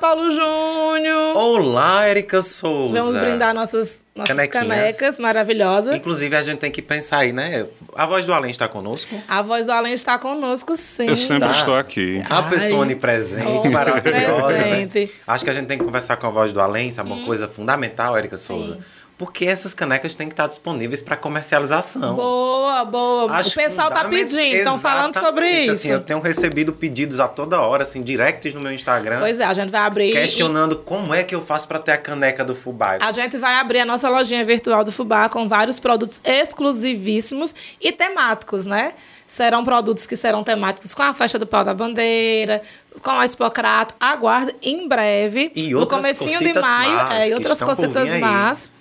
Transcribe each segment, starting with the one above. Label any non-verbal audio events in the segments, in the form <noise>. Paulo Júnior. Olá, Erika Souza. Vamos brindar nossas, nossas Canequinhas. canecas maravilhosas. Inclusive, a gente tem que pensar aí, né? A voz do além está conosco. A voz do Além está conosco, sim. Eu sempre Tá. estou aqui. A Ai. pessoa onipresente, Oh, maravilhosa, né? presente. Acho que a gente tem que conversar com a voz do além, sabe? Hum. Uma coisa fundamental, Erika Souza. Porque essas canecas têm que estar disponíveis para comercialização. Boa, boa. Acho o pessoal tá fundamental- pedindo, estão falando sobre Exatamente, isso. Assim, eu tenho recebido pedidos a toda hora, assim, directs no meu Instagram, Pois é, a gente vai abrir. questionando como é que eu faço para ter a caneca do Fubá. A gente vai abrir a nossa lojinha virtual do Fubá com vários produtos exclusivíssimos e temáticos, né? Serão produtos que serão temáticos com a festa do pau da bandeira, com a Expocrata. Aguarde em breve. E outras no comecinho de cositas maio, más é, que e outras estão por vir cositas aí. más.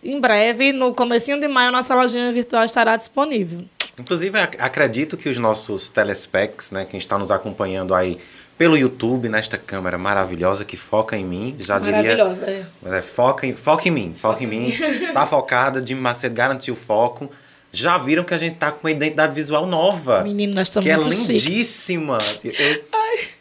Em breve, no comecinho de maio, nossa lojinha virtual estará disponível. Inclusive, ac- acredito que os nossos telespecs, né, quem está nos acompanhando aí pelo YouTube, nesta câmera maravilhosa que foca em mim, já diria. Maravilhosa. é. Mas é, foca, em, foca em mim, foca em mim. <laughs> tá focada, Jimmy Macedo garantiu o foco. Já viram que a gente tá com uma identidade visual nova. Menino, nós estamos que é muito chique. lindíssima. Eu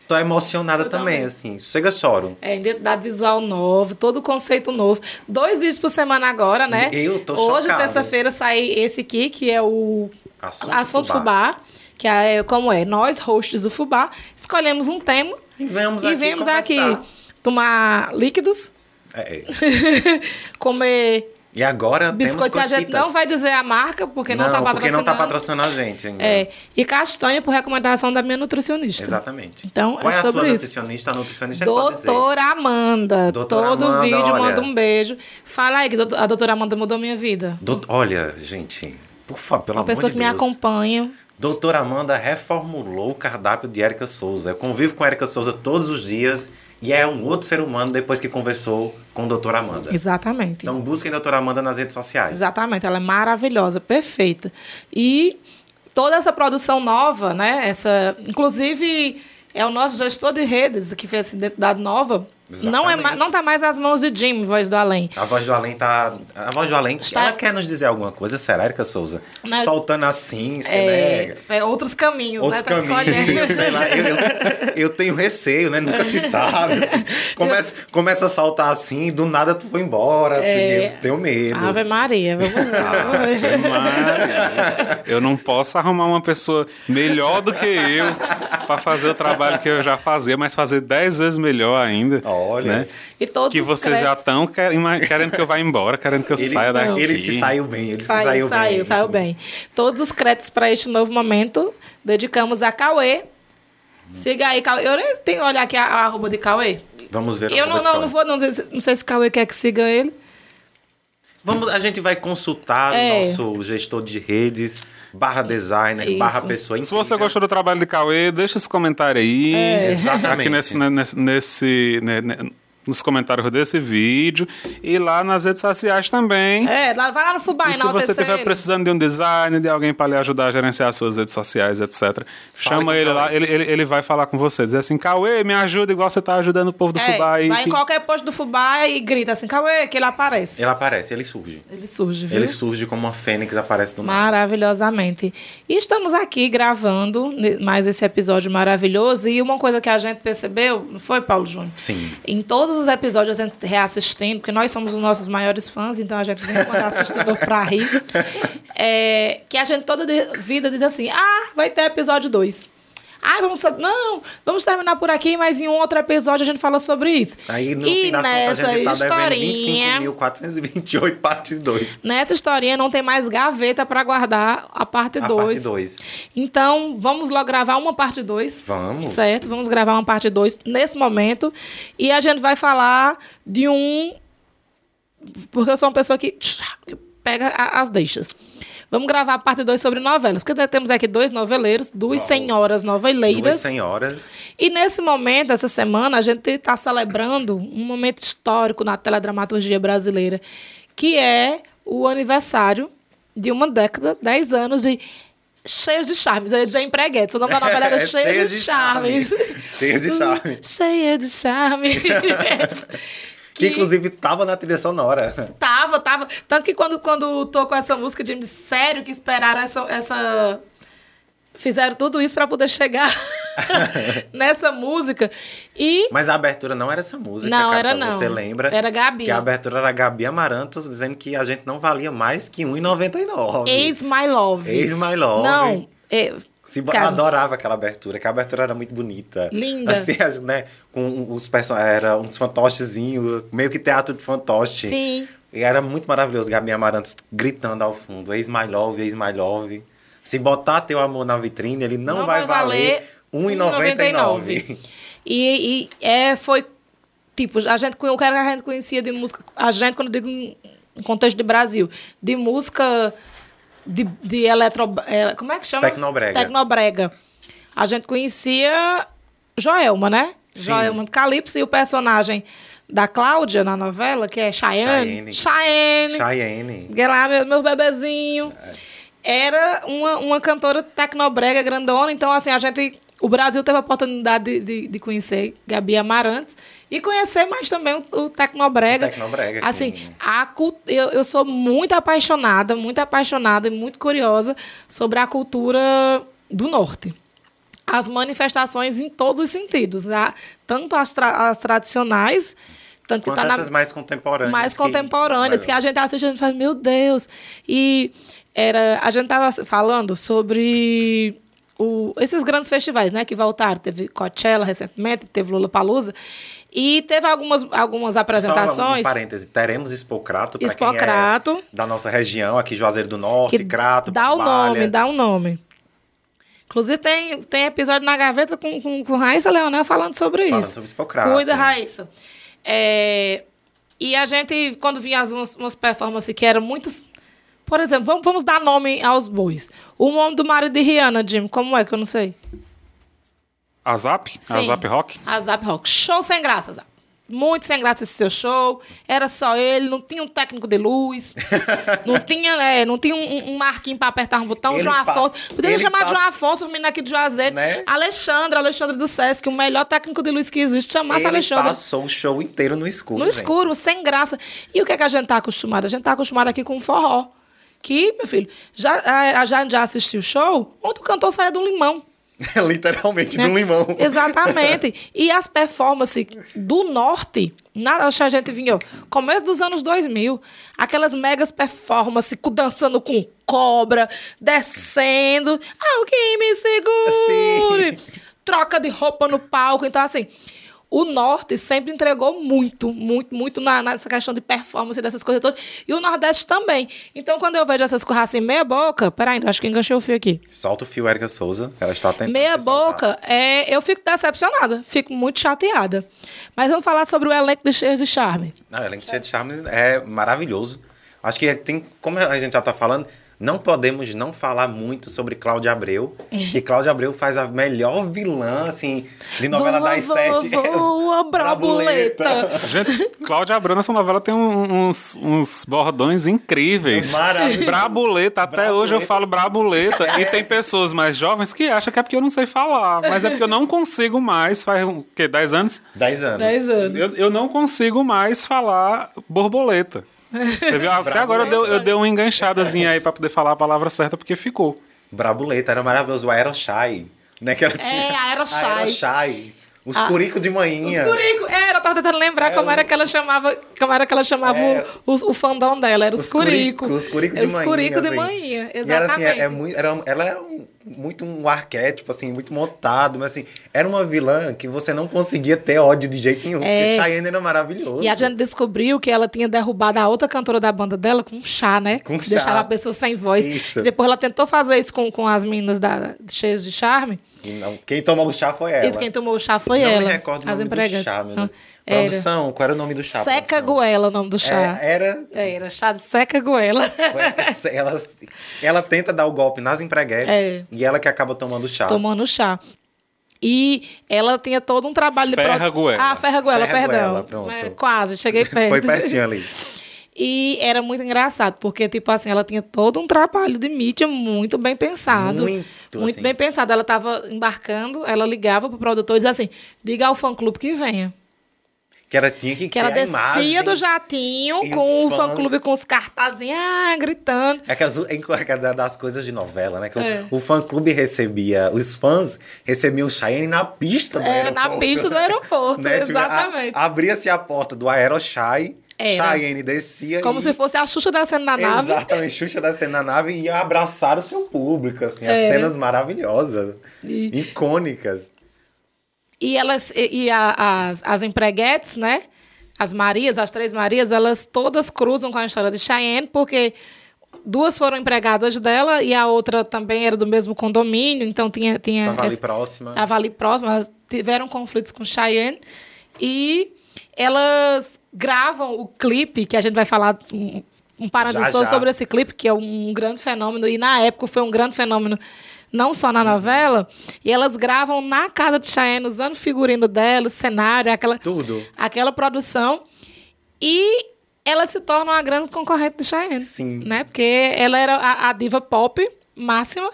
tô emocionada Eu também, também. assim. Chega choro. É, identidade visual nova, todo conceito novo. Dois vídeos por semana agora, né? Eu tô Hoje, chocado. terça-feira, sai esse aqui, que é o Assunto Assunto Fubá. Fubá. que é como é, nós, hosts do Fubá, escolhemos um tema E vemos e aqui vemos aqui conversar. tomar líquidos, <laughs> É, é. comer E agora biscoito, que temos a gente cositas. não vai dizer a marca, porque não, tá porque não tá patrocinando. patrocinando a gente ainda. É, e castanha por recomendação da minha nutricionista. Exatamente. Então, Qual é é a sua sobre isso. nutricionista? A nutricionista ele pode é dizer. Doutora Amanda. Doutora Todo Amanda, vídeo olha. manda um beijo. Fala aí que doutor- a doutora Amanda mudou minha vida. Dout- Olha, gente, por favor, pelo Uma amor de pessoa Deus. que me acompanha. Doutora Amanda reformulou o cardápio de Érica Souza. Eu convivo com Érica Souza todos os dias e é um outro ser humano depois que conversou com a doutora Amanda. Exatamente. Então busquem a doutora Amanda nas redes sociais. Exatamente. Ela é maravilhosa, perfeita. E toda essa produção nova, né? Essa, inclusive, é o nosso gestor de redes que fez essa identidade nova. Não, é, ma- Exatamente. não tá mais nas mãos de Jim, voz do além. A voz do além tá. A voz do além. Está- Ela quer nos dizer alguma coisa, será, Érica Souza? Mas- Soltando assim, sei É, lá. é outros caminhos, Outros né? Tá caminhos, escolhendo. <laughs> sei lá, eu, eu, eu tenho receio, né? Nunca se <laughs> sabe. assim. Começa, começa a saltar assim, do nada tu foi embora. É. Eu tenho medo. Ave Maria, vamos lá. vamos ver. Eu não posso arrumar uma pessoa melhor do que eu para fazer o trabalho que eu já fazia, mas fazer dez vezes melhor ainda. Olha. né? E todos que os vocês já créditos- estão querendo que eu vá embora, querendo que eu ele, saia daqui. ele se saiu bem, ele se Saiu, saiu, saiu, bem. saiu bem. Todos os créditos para este novo momento dedicamos a Cauê. Siga aí, Cauê. Eu nem tenho que olhar aqui a, a arroba de Cauê. Vamos ver o Eu não, arroba de não, Cauê. não vou, não. Não sei, se- não sei se Cauê quer que siga ele. Vamos, a gente vai consultar o É. nosso gestor de redes, barra designer, Isso. barra pessoa. Se Incrível. você gostou do trabalho de Cauê, deixa esse comentário aí. É. Exatamente. Aqui nesse, ne- nesse, nesse- ne- ne- nos comentários desse vídeo. E lá nas redes sociais também. É, lá, vai lá no Fubá, E se você enaltecer estiver ele. precisando de um design, de alguém para lhe ajudar a gerenciar suas redes sociais, com etc., chama ele Cauê. lá, ele, ele, ele vai falar com você. Dizer assim, Cauê, me ajuda, igual você tá ajudando o povo do É, Fubá aí. vai que- em qualquer post do Fubá e grita assim, Cauê, que ele aparece. Ele aparece, ele surge. Ele surge, viu? Ele surge como uma fênix aparece do mar. Maravilhosamente. E estamos aqui gravando ne- mais esse episódio maravilhoso. E uma coisa que a gente percebeu, não foi, Paulo Júnior? Sim. Em todos os episódios a gente reassistindo, porque nós somos os nossos maiores fãs, então a gente vem quando assiste de novo <laughs> pra rir. É, que a gente toda de- vida diz assim: ah, vai ter episódio 2. Ah, vamos. só- Não, vamos terminar por aqui, mas em um outro episódio a gente fala sobre isso. Aí no e fim das contas nessa a gente tá historinha. devendo 25.428 partes 2. Nessa historinha não tem mais gaveta pra guardar a parte A parte 2. 2. Então, vamos logo gravar uma parte 2. Vamos. Certo? Vamos gravar uma parte 2 nesse momento. E a gente vai falar de um. Porque eu sou uma pessoa que pega a- as deixas. Vamos gravar a parte 2 sobre novelas. Porque nós temos aqui dois noveleiros, duas senhoras Duas noveleiras. senhoras. E nesse momento, essa semana, a gente está celebrando um momento histórico na teledramaturgia brasileira, que é o aniversário de uma década, 10 anos de Cheias de Charmes. Eu ia dizer empreguete, o nome da novela <laughs> era Cheias, É, Cheias de, de Charmes. Charmes. Cheias de Charmes. <laughs> Cheia de Charmes. <laughs> Que, inclusive tava na trilha sonora. Tava, tava. Tanto que quando, quando tocou essa música, Jimmy, sério que esperaram essa, essa Fizeram tudo isso para poder <laughs> chegar <laughs> nessa música. E Mas a abertura não era essa música, Não, cara, era então não. Você lembra? Era Gabi. Que a abertura era Gabi Amarantos dizendo que a gente não valia mais que R$1,99. Ex My Love. Ex My Love. Não. é, Se bo- cara, eu adorava aquela abertura, que a abertura era muito bonita. Linda. Assim, as- né? Com os personagens, era uns fantochezinhos, meio que teatro de fantoche. Sim. E era muito maravilhoso, Gabi Amarantos gritando ao fundo, ex my love, ex my love. Se botar teu amor na vitrine, ele não, vai, valer R$1,99. E, e é, foi. Tipo, a gente, conhe- o cara que a gente conhecia de música. A gente, quando eu digo em em contexto de Brasil, de música de, de eletro. eh, Como é que chama? Tecnobrega. Tecnobrega. A gente conhecia Joelma, né? Sim. Joelma de Calypso e o personagem da Cláudia na novela, que é Cheyenne. Cheyenne. Cheyenne. Cheyenne. Fiquei lá, meu, meu bebezinho. Era uma, uma cantora tecnobrega grandona, então assim, a gente. O Brasil teve a oportunidade de, de, de conhecer Gabi Amarantes e conhecer mais também o, o Tecnobrega. O Tecnobrega, Assim, que- a cult... eu, eu sou muito apaixonada, muito apaixonada e muito curiosa sobre a cultura do Norte. As manifestações em todos os sentidos, né? tanto as, tra- as tradicionais, tanto que Quanto tá na essas mais contemporâneas. mais que- contemporâneas, que a gente assiste e a gente fala, meu Deus. E era, a gente tava falando sobre o- esses grandes festivais, né, que voltaram. Teve Coachella recentemente, teve Lula Palusa e teve algumas, algumas Só um apresentações. parêntese, teremos Expocrato, pra Expocrato. quem é da nossa região, aqui Juazeiro do Norte, que Crato, dá o Barbalha. nome, dá o nome. Inclusive, tem, tem episódio na gaveta com, com, com Raíssa Leonel falando sobre Falando isso. sobre né? Hipocrata. Cuida, Raíssa. É, e a gente, quando vinha as, umas, umas performances que eram muitos. Por exemplo, vamos, vamos dar nome aos bois. O nome do marido de Rihanna, Jim, como é que eu não sei? A Zap? A Sim. Zap Rock? A Zap Rock. Show sem graça, Zap. Muito sem graça esse seu show. Era só ele, não tinha um técnico de <laughs> luz, não tinha, é, não tinha um, um marquinho pra apertar um botão. Ele João pa- Afonso. Poderia ele chamar passa- João Afonso, o menino aqui de Juazeiro. Né? Alexandre, Alexandre do Sesc, o melhor técnico de luz que existe. Chamasse Ele Alexandre. passou o show inteiro no escuro. No gente. escuro, sem graça. E o que, é que a gente tá acostumado? A gente tá acostumado aqui com forró. Que, meu filho, já, a, a gente já assistiu o show, onde o cantor saia do limão. <laughs> Literalmente, de um né? limão. Exatamente. E as performances do norte, na, acho que a gente vinha, ó, começo dos anos 2000, aquelas megas performances com- dançando com cobra, descendo, alguém me segure, troca de roupa no palco. Então, assim, o norte sempre entregou muito, muito, muito na, nessa questão de performance, dessas coisas todas. E o nordeste também. Então, quando eu vejo essas coisas assim, meia boca, peraí, acho que enganchei o fio aqui. Solta o fio, Erika Souza. Ela está tentando. Meia se soltar. boca, é, eu fico decepcionada, fico muito chateada. Mas vamos falar sobre o elenco de Cheios de Charme. Não, Elenco Cheio Tá. de Charmes é maravilhoso. Acho que tem, como a gente já tá falando, não podemos não falar muito sobre Cláudia Abreu. <laughs> que Cláudia Abreu faz a melhor vilã, assim, de novela Voa, das voa, sete. <laughs> voa, Braboleta. braboleta. Gente, <laughs> Cláudia Abreu nessa novela tem um- uns, uns bordões incríveis. É Maravilhoso. Brabuleta, até Brabuleta. hoje eu falo brabuleta. E tem pessoas mais jovens que acham que é porque eu não sei falar. Mas é porque eu não consigo mais, faz um, o quê? 10 anos? Dez anos. Dez anos. Eu, eu não consigo mais falar <laughs> borboleta. Você viu? Até agora eu, né? dei- eu dei uma enganchadazinha aí pra poder falar a palavra certa, porque ficou. Brabuleta era maravilhoso. O Aeroshai. Né, que ela tinha- É, a Aeroshai. Aeroshai. Os curicos de manhinha. Curico, era, é, eu tava tentando lembrar como era que ela chamava, como era que ela chamava É. o, o, o fandom dela, era os Os curicos. Curico. Os curicos de Os manhinha. Curico de assim. manhã, E era assim, exatamente. é, é muito, era, ela é um- muito um arquétipo, assim, muito montado. Mas assim, era uma vilã que você não conseguia ter ódio de jeito nenhum. É. Porque Cheyenne era maravilhoso. E a gente descobriu que ela tinha derrubado a outra cantora da banda dela com um chá, né? Com chá. Deixava a pessoa sem voz. Isso. E depois ela tentou fazer isso com, com as meninas da, de Cheios de Charme. E não- quem tomou o chá foi ela. E quem tomou o chá foi não ela. me recordo o as nome empregadas. Ah, do chá, meu Deus. Era. Produção, qual era o nome do chá? Seca produção? Goela, o nome do chá. É, era... É, era chá de seca goela. <laughs> Ela, ela tenta dar o golpe nas empreguetes É. e ela que acaba tomando o chá. Tomando chá. E ela tinha todo um trabalho de. Ferra pro- Goela. Ah, Ferra Goela, Ferra perdão. Goela, pronto. É, quase, cheguei perto. <laughs> Foi pertinho ali. E era muito engraçado, porque, tipo assim, ela tinha todo um trabalho de mídia muito bem pensado. Muito, Muito assim. bem pensado. Ela estava embarcando, ela ligava pro produtor e dizia assim: diga ao fã clube que venha. Que ela tinha que, Que ela ter É a descia imagem. do jatinho e com o os fãs- fã-clube com os cartazinhos, ah, gritando. É aquelas, é aquela das coisas de novela, né? Que o- É. o, fã-clube recebia, os fãs recebiam o Cheyenne na pista do É, aeroporto. na pista do aeroporto, <laughs> Né? Tipo, a- exatamente. Abria-se a porta do Aerochai, Era. Cheyenne descia Como e... se fosse a Xuxa descendo na nave. Exatamente, Xuxa descendo na nave e ia abraçar o seu público, assim, Era. as cenas maravilhosas, E- icônicas. E elas e, e a- as, as empreguetes, né? As Marias, as três Marias, elas todas cruzam com a história de Cheyenne, porque duas foram empregadas dela e a outra também era do mesmo condomínio, então tinha. tinha Tava ali essa- próxima. Tava ali próxima, elas tiveram conflitos com Cheyenne e elas gravam o clipe, que a gente vai falar um, um Já, paradiso já. sobre esse clipe, que é um grande fenômeno, e na época foi um grande fenômeno, não só na novela, e elas gravam na casa de Cheyenne, usando o figurino dela, o cenário, aquela, Tudo. aquela produção, e elas se tornam a grande concorrente de Cheyenne. Sim. Né? Porque ela era a, a diva pop máxima.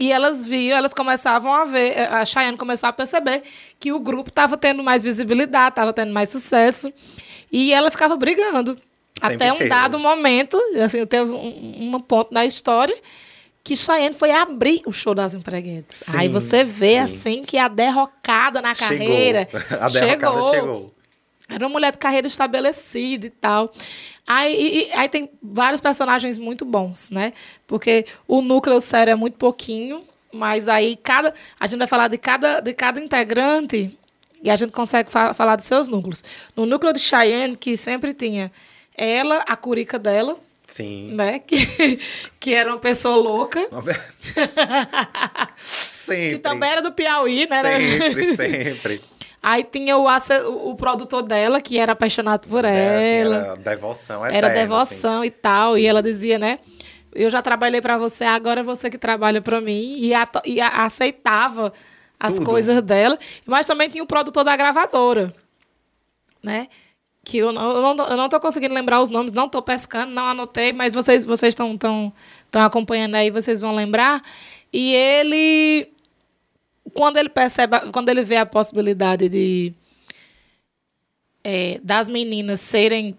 E elas viam, elas começavam a ver, eh, a Cheyenne começou a perceber que o grupo estava tendo mais visibilidade, estava tendo mais sucesso. E ela ficava brigando. tempo Até um inteiro. dado momento, assim, teve um, um ponto da história que Cheyenne foi abrir o show das empreguetes. Sim, Aí você vê, sim. assim, que a derrocada na carreira Chegou. <laughs> A derrocada chegou. era uma mulher de carreira estabelecida e tal. Aí, e- e- aí tem vários personagens muito bons, né? Porque o núcleo sério é muito pouquinho, mas aí cada. A gente vai falar de cada, de cada integrante e a gente consegue fa- falar dos seus núcleos. No núcleo de Cheyenne, que sempre tinha ela, a curica dela, Sim. <laughs> né? Que, que era uma pessoa louca. sempre. Que também era do Piauí, né? Era- Sempre, sempre. Aí tinha o, ace- o o produtor dela, que era apaixonado por É, assim, ela. era devoção eterna. era assim. devoção e tal. E ela dizia, né? Eu já trabalhei pra você, agora é você que trabalha pra mim. E, ato- e a- aceitava as Tudo. coisas dela. Mas também tinha o produtor da gravadora, né? Que eu não, eu, não, tô- eu não tô conseguindo lembrar os nomes, não tô pescando, não anotei, mas vocês vocês estão tão, tão acompanhando aí, vocês vão lembrar. E ele quando ele percebe, a- quando ele vê a possibilidade de é, das meninas serem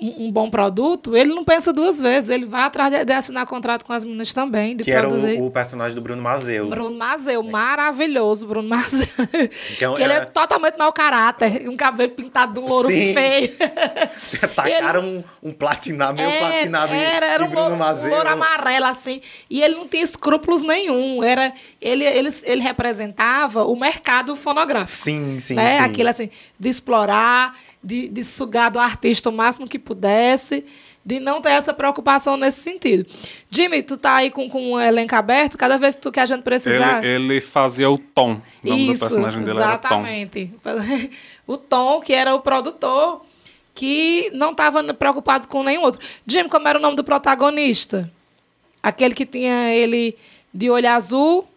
um, um bom produto, ele não pensa duas vezes, ele vai atrás de, de assinar contrato com as meninas também, de Que era produzir. o, o personagem do Bruno Mazeu. <laughs> Bruno Mazeu, maravilhoso, Bruno Mazeu. Que, é um- ele é é- totalmente mau caráter, um cabelo pintado de um louro Sim. feio. Tacaram um, um platinado, meio É, platinado em- era, era em um Bruno louro, um Mazeu. louro amarelo, assim. E ele não tinha escrúpulos nenhum. Era, ele, ele, ele representava o mercado fonográfico. Sim, sim, né? sim. Aquilo assim, de explorar, de, de sugar do artista o máximo que pudesse, de não ter essa preocupação nesse sentido. Jimmy, tu tá aí com, com um elenco aberto, cada vez que, tu, que a gente precisar. Ele, ele fazia o Tom. O nome do personagem dele exatamente. <laughs> o Tom, que era o produtor, que não estava preocupado com nenhum outro. Jimmy, como era o nome do protagonista? Aquele que tinha ele de olho azul,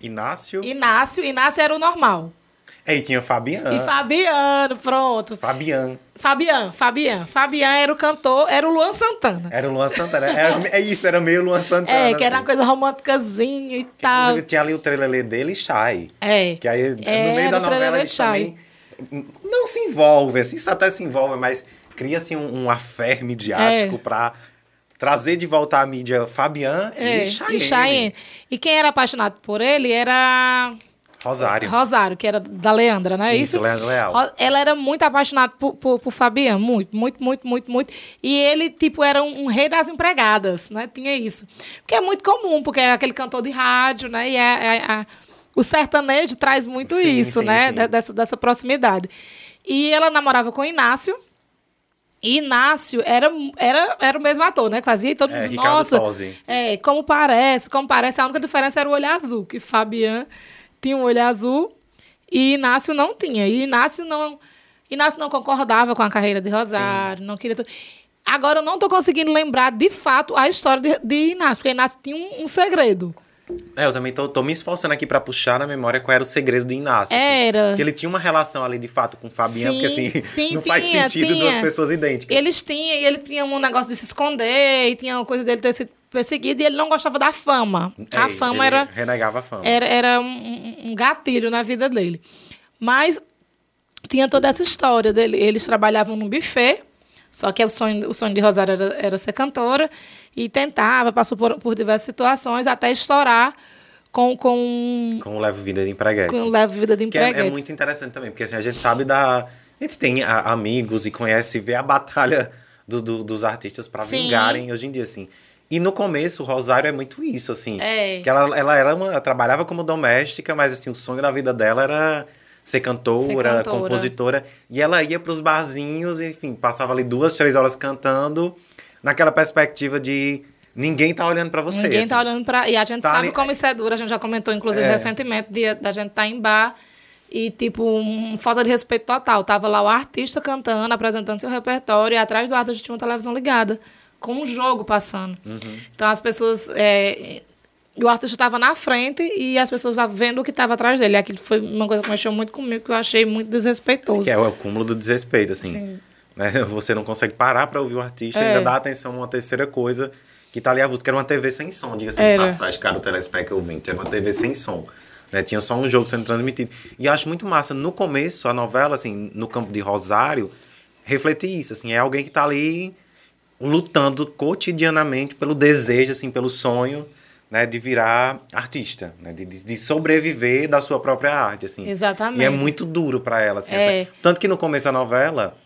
Inácio. Inácio. Inácio era o normal. É, e tinha Fabian. E Fabiano, pronto. Fabian. Fabian, Fabian. Fabian era o cantor, era o Luan Santana. Era o Luan Santana. Era, é isso, era meio Luan Santana. É, que era uma assim. coisa românticazinha e tal. Inclusive, tinha ali o trelelê dele e Shai. É. Que aí, Era no meio da o trelelê novela, eles Shai. também não se envolve, assim, isso até se envolve, mas cria-se um, um affair midiático É. pra trazer de volta à mídia Fabian É, e Chayenne. E Cheyenne. E quem era apaixonado por ele era Rosário. Rosário, que era da Leandra, não é isso? Isso, Leandro Leal. Ro- Ela era muito apaixonada por, por, por Fabiano, muito, muito, muito, muito, muito. E ele, tipo, era um, um rei das empregadas, né? Tinha isso. Porque é muito comum, porque é aquele cantor de rádio, né? E é, é- é- o sertanejo traz muito Sim, isso, sim, né? sim. De- Dessa, dessa proximidade. E ela namorava com o Inácio. E Inácio era, era, era o mesmo ator, né? Que fazia e todo É, mundo diz, Ricardo nossa. Tozzi. É, como parece, como parece, a única diferença era o olho azul, que Fabian tinha um olho azul e Inácio não tinha. E Inácio não, Inácio não concordava com a carreira de Rosário, não queria. tu- Agora eu não tô conseguindo lembrar de fato a história de, de Inácio, porque Inácio tinha um, um segredo. É, eu também tô, tô me esforçando aqui pra puxar na memória qual era o segredo do Inácio. assim. Era. Porque ele tinha uma relação ali, de fato, com o Fabian, porque Sim, assim, sim, <laughs> não faz tinha, sentido duas tinha. pessoas idênticas. Eles tinham, e ele tinha um negócio de se esconder, e tinha uma coisa dele ter sido perseguido, e ele não gostava da fama. a É, fama ele era. Renegava a fama. Era, era um, um- um gatilho na vida dele. Mas tinha toda essa história dele. Eles trabalhavam num buffet, só que o sonho, o sonho de Rosário era, era ser cantora, e tentava, passou por, por diversas situações, até estourar com, com, Com o Levo Vida de Empreguete. com Leva Vida de Que é, é Empreguete. muito interessante também, porque assim, a gente sabe da. A gente tem a- amigos e conhece, vê a batalha do- do- dos artistas pra Sim. vingarem hoje em dia, assim. E no começo, Rosário é muito isso, assim. É. Que ela, ela era uma. Ela trabalhava como doméstica, mas assim, o sonho da vida dela era ser cantora, Ser cantora. compositora. E ela ia pros barzinhos, enfim, passava ali duas, três horas cantando, naquela perspectiva de ninguém tá olhando pra você. Ninguém tá assim. olhando pra. E a gente Tá sabe ni- como isso é duro. A gente já comentou, inclusive, É. recentemente, de- da gente estar em bar e, tipo, um, falta de respeito total. Tava lá o artista cantando, apresentando seu repertório, e atrás do artista tinha uma televisão ligada, com um jogo passando. Uhum. Então as pessoas. é, e o artista estava na frente e as pessoas estavam vendo o que estava atrás dele. Aquilo foi uma coisa que mexeu muito comigo, que eu achei muito desrespeitoso. Isso que é o cúmulo do desrespeito, assim. Sim. <laughs> Né? Você não consegue parar pra ouvir o artista, É. ainda dá atenção a uma terceira coisa que tá ali avulso, que era uma TV sem som, diga assim, Era. passagem, cara, o telespec ouvinte, era uma TV sem som. Né? Tinha só um jogo sendo transmitido. E eu acho muito massa, no começo, a novela, assim, no campo de Rosário, reflete isso, assim, é alguém que tá ali lutando cotidianamente pelo desejo, assim, pelo sonho, né, de virar artista, né, de, de de sobreviver da sua própria arte, assim. Exatamente. E é muito duro pra ela, assim. É. essa- Tanto que no começo da novela,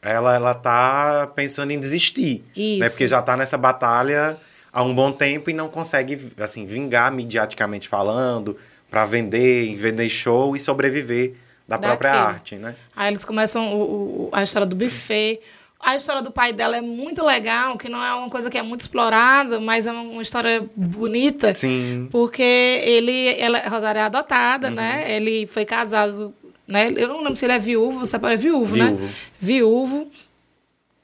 ela, ela tá pensando em desistir. Né? Isso. Porque já tá nessa batalha há um bom tempo e não consegue, assim, vingar mediaticamente falando, pra vender, e vender show e sobreviver da própria Daquilo. arte, né? Aí eles começam o- o- a história do buffet. A história do pai dela é muito legal, que não é uma coisa que é muito explorada, mas é uma- uma história bonita. Sim. Porque ele, ela, Rosário é adotada, Uhum. né? Ele foi casado, né? Eu não lembro se ele é viúvo, você é viúvo, Viúvo. né? Viúvo.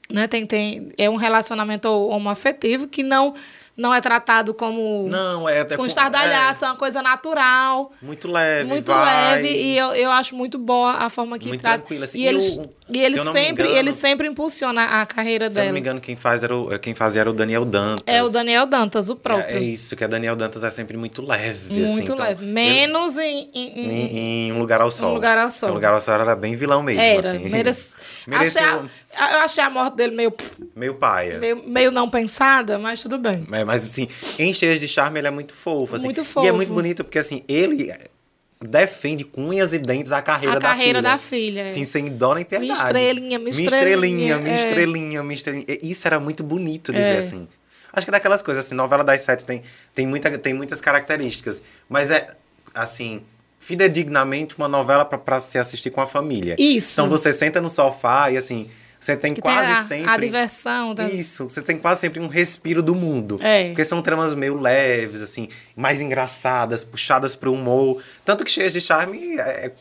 Né? Tem, tem, é um relacionamento homoafetivo que não, não é tratado como Não, é até com com- estardalhaço, é uma coisa natural Muito leve, muito vai. leve e eu, eu acho muito boa a forma que Muito trata. tranquila, assim, e e ele, o- e ele se eu não me sempre, engano- ele sempre impulsiona a- a carreira Se eu dela. não me engano, quem, faz era o- quem fazia era o Daniel Dantas. é o Daniel Dantas, o É, próprio. é isso, que a Daniel Dantas é sempre muito leve, assim. muito então, leve. eu- Menos em, em- em- Em, em Um Lugar ao Sol. Lugar ao Sol. Um Lugar ao Sol era bem vilão mesmo, Era. <laughs> assim. merece- Mereceu achei a- eu achei a morte dele meio, meio paia. meio, meio não pensada, mas tudo bem. Mas, mas, assim, em Cheias de Charme ele é muito fofo, assim. Muito E é fofo. muito bonito porque, assim, ele defende com unhas e dentes a carreira A da carreira filha. da filha, é. Sim, sem dó nem piedade. Minha estrelinha, minha estrelinha. Minha estrelinha, é. estrelinha, minha estrelinha. E Isso era muito bonito de É. ver, assim. Acho que é daquelas coisas, assim, novela das sete tem, tem, muita, tem muitas características. Mas é, assim, fidedignamente uma novela pra, pra se assistir com a família. Isso. Então você senta no sofá e, assim, você tem Que quase tem a, sempre... a diversão das Isso, você tem quase sempre um respiro do mundo. É. Porque são tramas meio leves, assim, mais engraçadas, puxadas pro humor. Tanto que Cheias de Charme, é-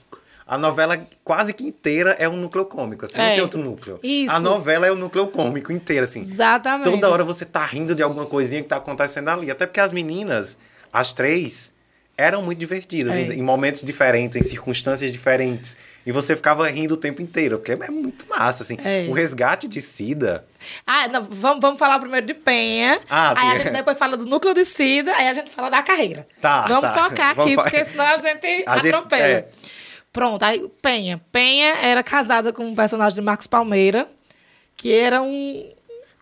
a novela quase que inteira é um núcleo cômico, assim, não É. tem outro núcleo. Isso. A novela é um núcleo cômico inteiro, assim. Exatamente. Toda hora você tá rindo de alguma coisinha que tá acontecendo ali. Até porque as meninas, as três, eram muito divertidas, É. em, em momentos diferentes, em circunstâncias diferentes. E você ficava rindo o tempo inteiro, porque é muito massa, assim. É. O resgate de Sida... Ah, não, vamos, vamos falar primeiro de Penha. Ah, aí sim. a gente depois fala do núcleo de Cida, aí a gente fala da carreira. Tá, Vamos tá. focar aqui, Vamos fa- porque senão a gente <laughs> A gente- atropela. é. Pronto, aí Penha. Penha era casada com um personagem de Marcos Palmeira, que era um.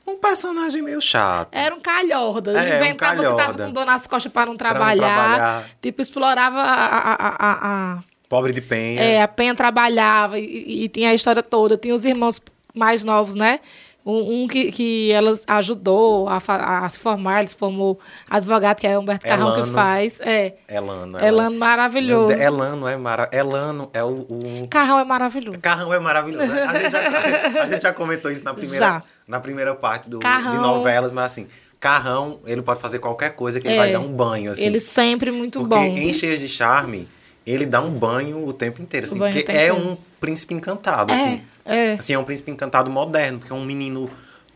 Um personagem meio chato. Era um calhorda. É, um inventava que tava calhorda. com dor nas costas para não não trabalhar. trabalhar. Tipo, explorava a- a- a- a- a Pobre de penha. É, a Penha trabalhava e, e- e tinha a história toda. Tinha os irmãos mais novos, né? Um, um que, que ela ajudou a, fa- a se formar, ele se formou advogado, que é o Humberto Carrão que Elano. faz. É. Elano. Elano maravilhoso. Meu Deus, Elano é maravilhoso. Elano é o... o- Carrão é maravilhoso. Carrão é maravilhoso. né? A gente já, a gente já comentou isso na primeira, Já. Na primeira parte do, de Carrão. novelas, mas assim... Carrão, ele pode fazer qualquer coisa que ele É. vai dar um banho, assim. Ele sempre muito Porque bom. em Cheias de Charme, ele dá um banho o tempo inteiro, assim. banho o Porque tempo é inteiro. um príncipe encantado, É, assim. é. Assim, é um príncipe encantado moderno, porque é um menino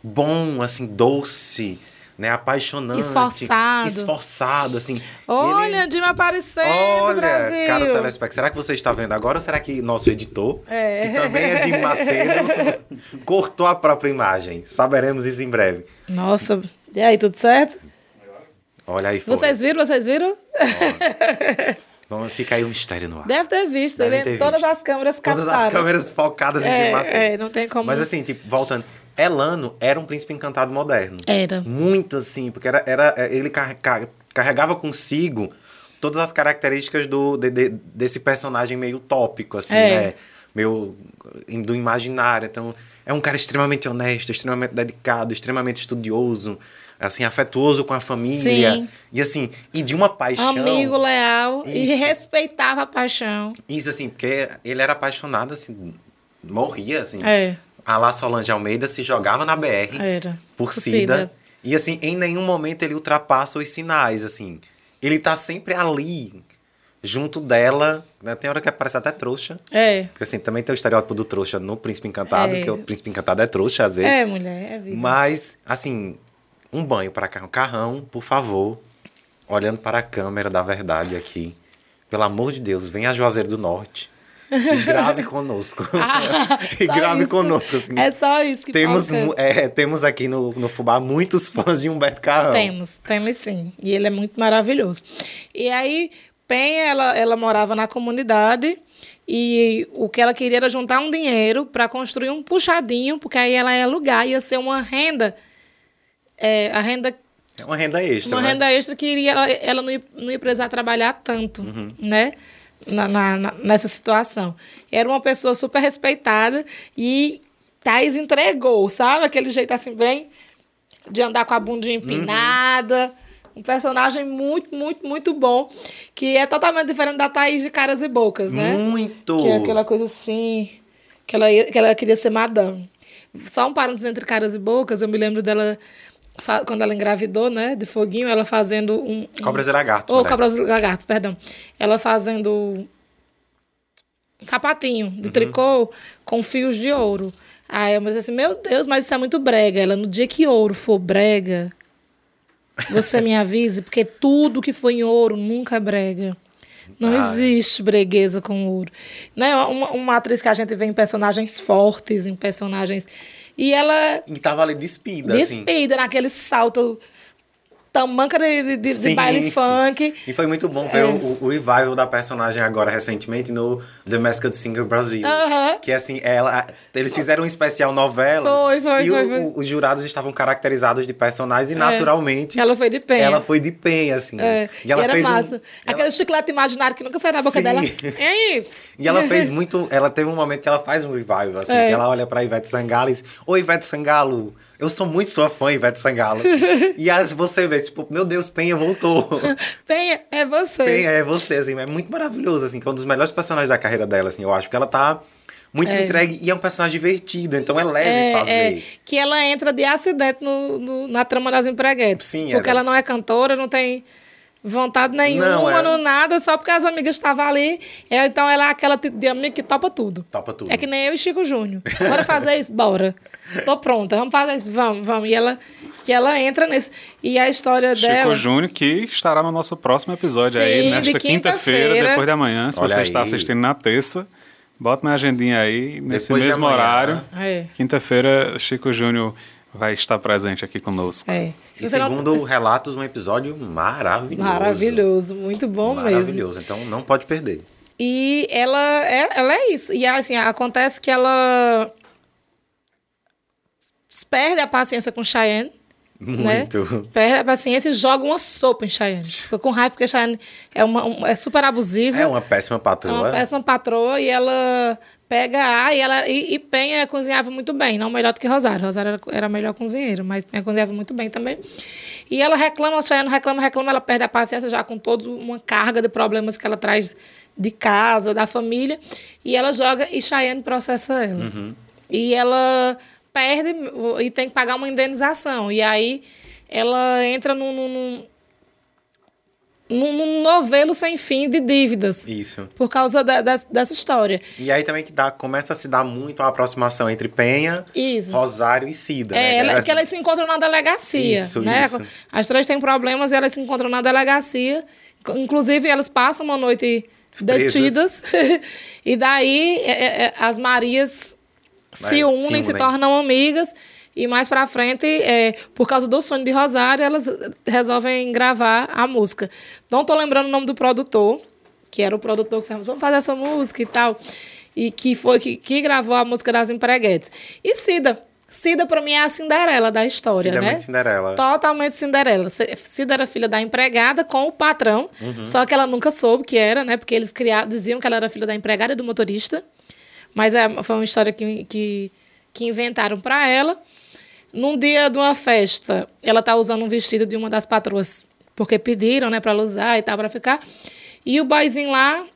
bom, assim, doce, né? Apaixonante. Esforçado. Esforçado, assim. Olha, Ele- Dima aparecendo, Olha, Brasil. cara do Telespec, será que você está vendo agora ou será que nosso editor, É. que também é de <laughs> Macedo, cortou a própria imagem? Saberemos isso em breve. Nossa, e aí, tudo certo? Olha aí, foi. Vocês viram, vocês viram? Vamos ficar aí o mistério no <laughs> ar. Deve ter visto, Devem ele- é ter todas visto. as câmeras captaram. Todas as câmeras focadas em Tim É, Macedo. é, não tem como- Mas assim, tipo, voltando. Elano era um príncipe encantado moderno. Era. Muito assim, porque era, era ele car- car- carregava consigo todas as características do, de- de- desse personagem meio utópico, assim, É. né? Meio im- do imaginário. Então, é um cara extremamente honesto, extremamente dedicado, extremamente estudioso, assim, afetuoso com a família. Sim. E assim, e de uma paixão. Amigo leal e Isso. respeitava a paixão. Isso, assim, porque ele era apaixonado, assim, morria, assim. É. Ah, A lá Solange Almeida se jogava na BR Era. por Por Cida. Cida. E, assim, em nenhum momento ele ultrapassa os sinais, assim. Ele tá sempre ali, junto dela. né? Tem hora que aparece até trouxa. É. Porque, assim, também tem o estereótipo do trouxa no Príncipe Encantado, É. que o Príncipe Encantado é trouxa, às vezes. É, mulher, é vida. Mas, assim, um banho para carrão. Carrão, por favor, olhando para a câmera da verdade aqui. Pelo amor de Deus, venha a Juazeiro do Norte <laughs> e grave conosco. <laughs> <laughs> Ah, e só grave isso. conosco, assim. É só isso que temos, falta. mu- é, temos aqui no, no Fubá muitos fãs de Humberto Carrão. Temos, temos sim. E ele é muito maravilhoso. E aí, Penha, ela, ela morava na comunidade e o que ela queria era juntar um dinheiro para construir um puxadinho, porque aí ela ia alugar, ia ser uma renda. é, a renda É uma renda extra, uma né? renda extra que iria, ela, ela não, ia, não ia precisar trabalhar tanto, Uhum. né? Na, na- na- nessa situação. Era uma pessoa super respeitada e Thais entregou, sabe? Aquele jeito assim, bem de andar com a bundinha empinada. Uhum. Um personagem muito, muito, muito bom. Que é totalmente diferente da Thaís de Caras e Bocas, né? Muito! Que é aquela coisa assim. Que ela, ia- que ela queria ser madame. Só um parênteses entre caras e bocas, eu me lembro dela. fa- Quando ela engravidou, né? De foguinho, ela fazendo um. um Cobras né? e lagarto. Ô, mulher. Cobras e Lagartos, perdão. Ela fazendo um sapatinho Uhum. de tricô com fios de ouro. Aí eu me disse assim, meu Deus, mas isso é muito brega. Ela, no dia que ouro for brega, você me avise, porque tudo que foi em ouro nunca é brega. Não Ah, é. existe bregueza com ouro. Né? Uma, uma atriz que a gente vê em personagens fortes, em personagens... E ela E tava ali despida, assim. despida naquele salto tamanca de, de- de Sim, baile sim. funk. É. E foi muito bom ver o, o- o revival da personagem agora recentemente no The Masked Singer Brasil. Aham. Que assim, ela, eles fizeram um especial novelas. Foi, foi, e o- foi, foi. É. o- os jurados estavam caracterizados de personagens e naturalmente Ela foi de pé. ela foi de penha, assim. É, E ela era fez um- massa. ela- Aquele chiclete imaginário que nunca sai da boca Sim. dela. <laughs> E aí? E ela fez <laughs> muito. Ela teve um momento que ela faz um revival, assim, É. que ela olha pra Ivete Sangalo e diz: Ô Ivete Sangalo, eu sou muito sua fã, Ivete <laughs> Sangalo. e aí você vê, tipo, meu Deus, Penha voltou. Penha, é você. Tem, é você, assim, é muito maravilhoso, assim, que é um dos melhores personagens da carreira dela, assim, eu acho, que ela tá muito entregue e é um personagem divertido, então é leve É, fazer. é, que ela entra de acidente no, no- na trama das empreguetes. Sim, porque era. ela não é cantora, não tem vontade nenhuma, não, era. nada, só porque as amigas estavam ali. É, Então ela é aquela ti- de amiga que topa tudo. Topa tudo. É que nem eu e Chico Júnior. Bora fazer isso? <laughs> Bora. Tô pronta, vamos fazer isso? Vamos, vamos. E ela, que ela entra nesse. E a história Chico dela. Júnior, que estará no nosso próximo episódio Sim, aí, de nesta quinta-feira, quinta-feira. depois da manhã. Se Olha você aí. está assistindo na terça, bota na agendinha aí, nesse Depois de mesmo amanhã. horário. É. Quinta-feira, Chico Júnior vai estar presente aqui conosco. É. Se E você não- segundo relatos, um episódio maravilhoso. Maravilhoso, muito bom mesmo. Maravilhoso, então não pode perder. E ela é, ela é isso. E assim, acontece que ela perde a paciência com Cheyenne. né? Muito. Perde a paciência e joga uma sopa em <laughs> Cheyenne. Fica com raiva porque Cheyenne é, uma, um- é super abusiva. É uma péssima É uma patroa. péssima patroa e ela pega a e ela e, e Penha cozinhava muito bem, não melhor do que Rosário. Rosário era, era a melhor cozinheira, mas Penha cozinhava muito bem também. E ela reclama, a Cheyenne reclama, reclama, ela perde a paciência já com toda uma carga de problemas que ela traz de casa, da família, e ela joga e Cheyenne processa ela. E ela perde e tem que pagar uma indenização. E aí ela entra num, num, num- num, num novelo sem fim de dívidas Isso. por causa da- das- dessa história. E aí também que dá, começa a se dar muito a aproximação entre Penha, Isso. Rosário e Cida. né? É, ela- Era- que elas se encontram na delegacia. Isso, né? isso. As três têm problemas e elas se encontram na delegacia. Co- Inclusive, elas passam uma noite Presas. detidas. <laughs> e daí é, é, é, as Marias Vai, se unem, se, se unem. tornam amigas. E mais pra frente, é, por causa do sonho de Rosário, elas eh, resolvem gravar a música. Não tô lembrando o nome do produtor, que era o produtor que falou, vamos fazer essa música e tal. E que foi que, que gravou a música das empreguetes. E Cida. Cida, pra mim, é a Cinderela da história, Cida é né? muito Cinderela. Totalmente Cinderela. C- Cida era filha da empregada com o patrão, só que ela nunca soube que era, né? Porque eles criavam, diziam que ela era filha da empregada e do motorista. Mas é- foi uma história que, que, que inventaram pra ela. Num dia de uma festa, ela tá usando um vestido de uma das patroas, porque pediram, né, pra ela usar e tal, pra ficar. E o boyzinho lá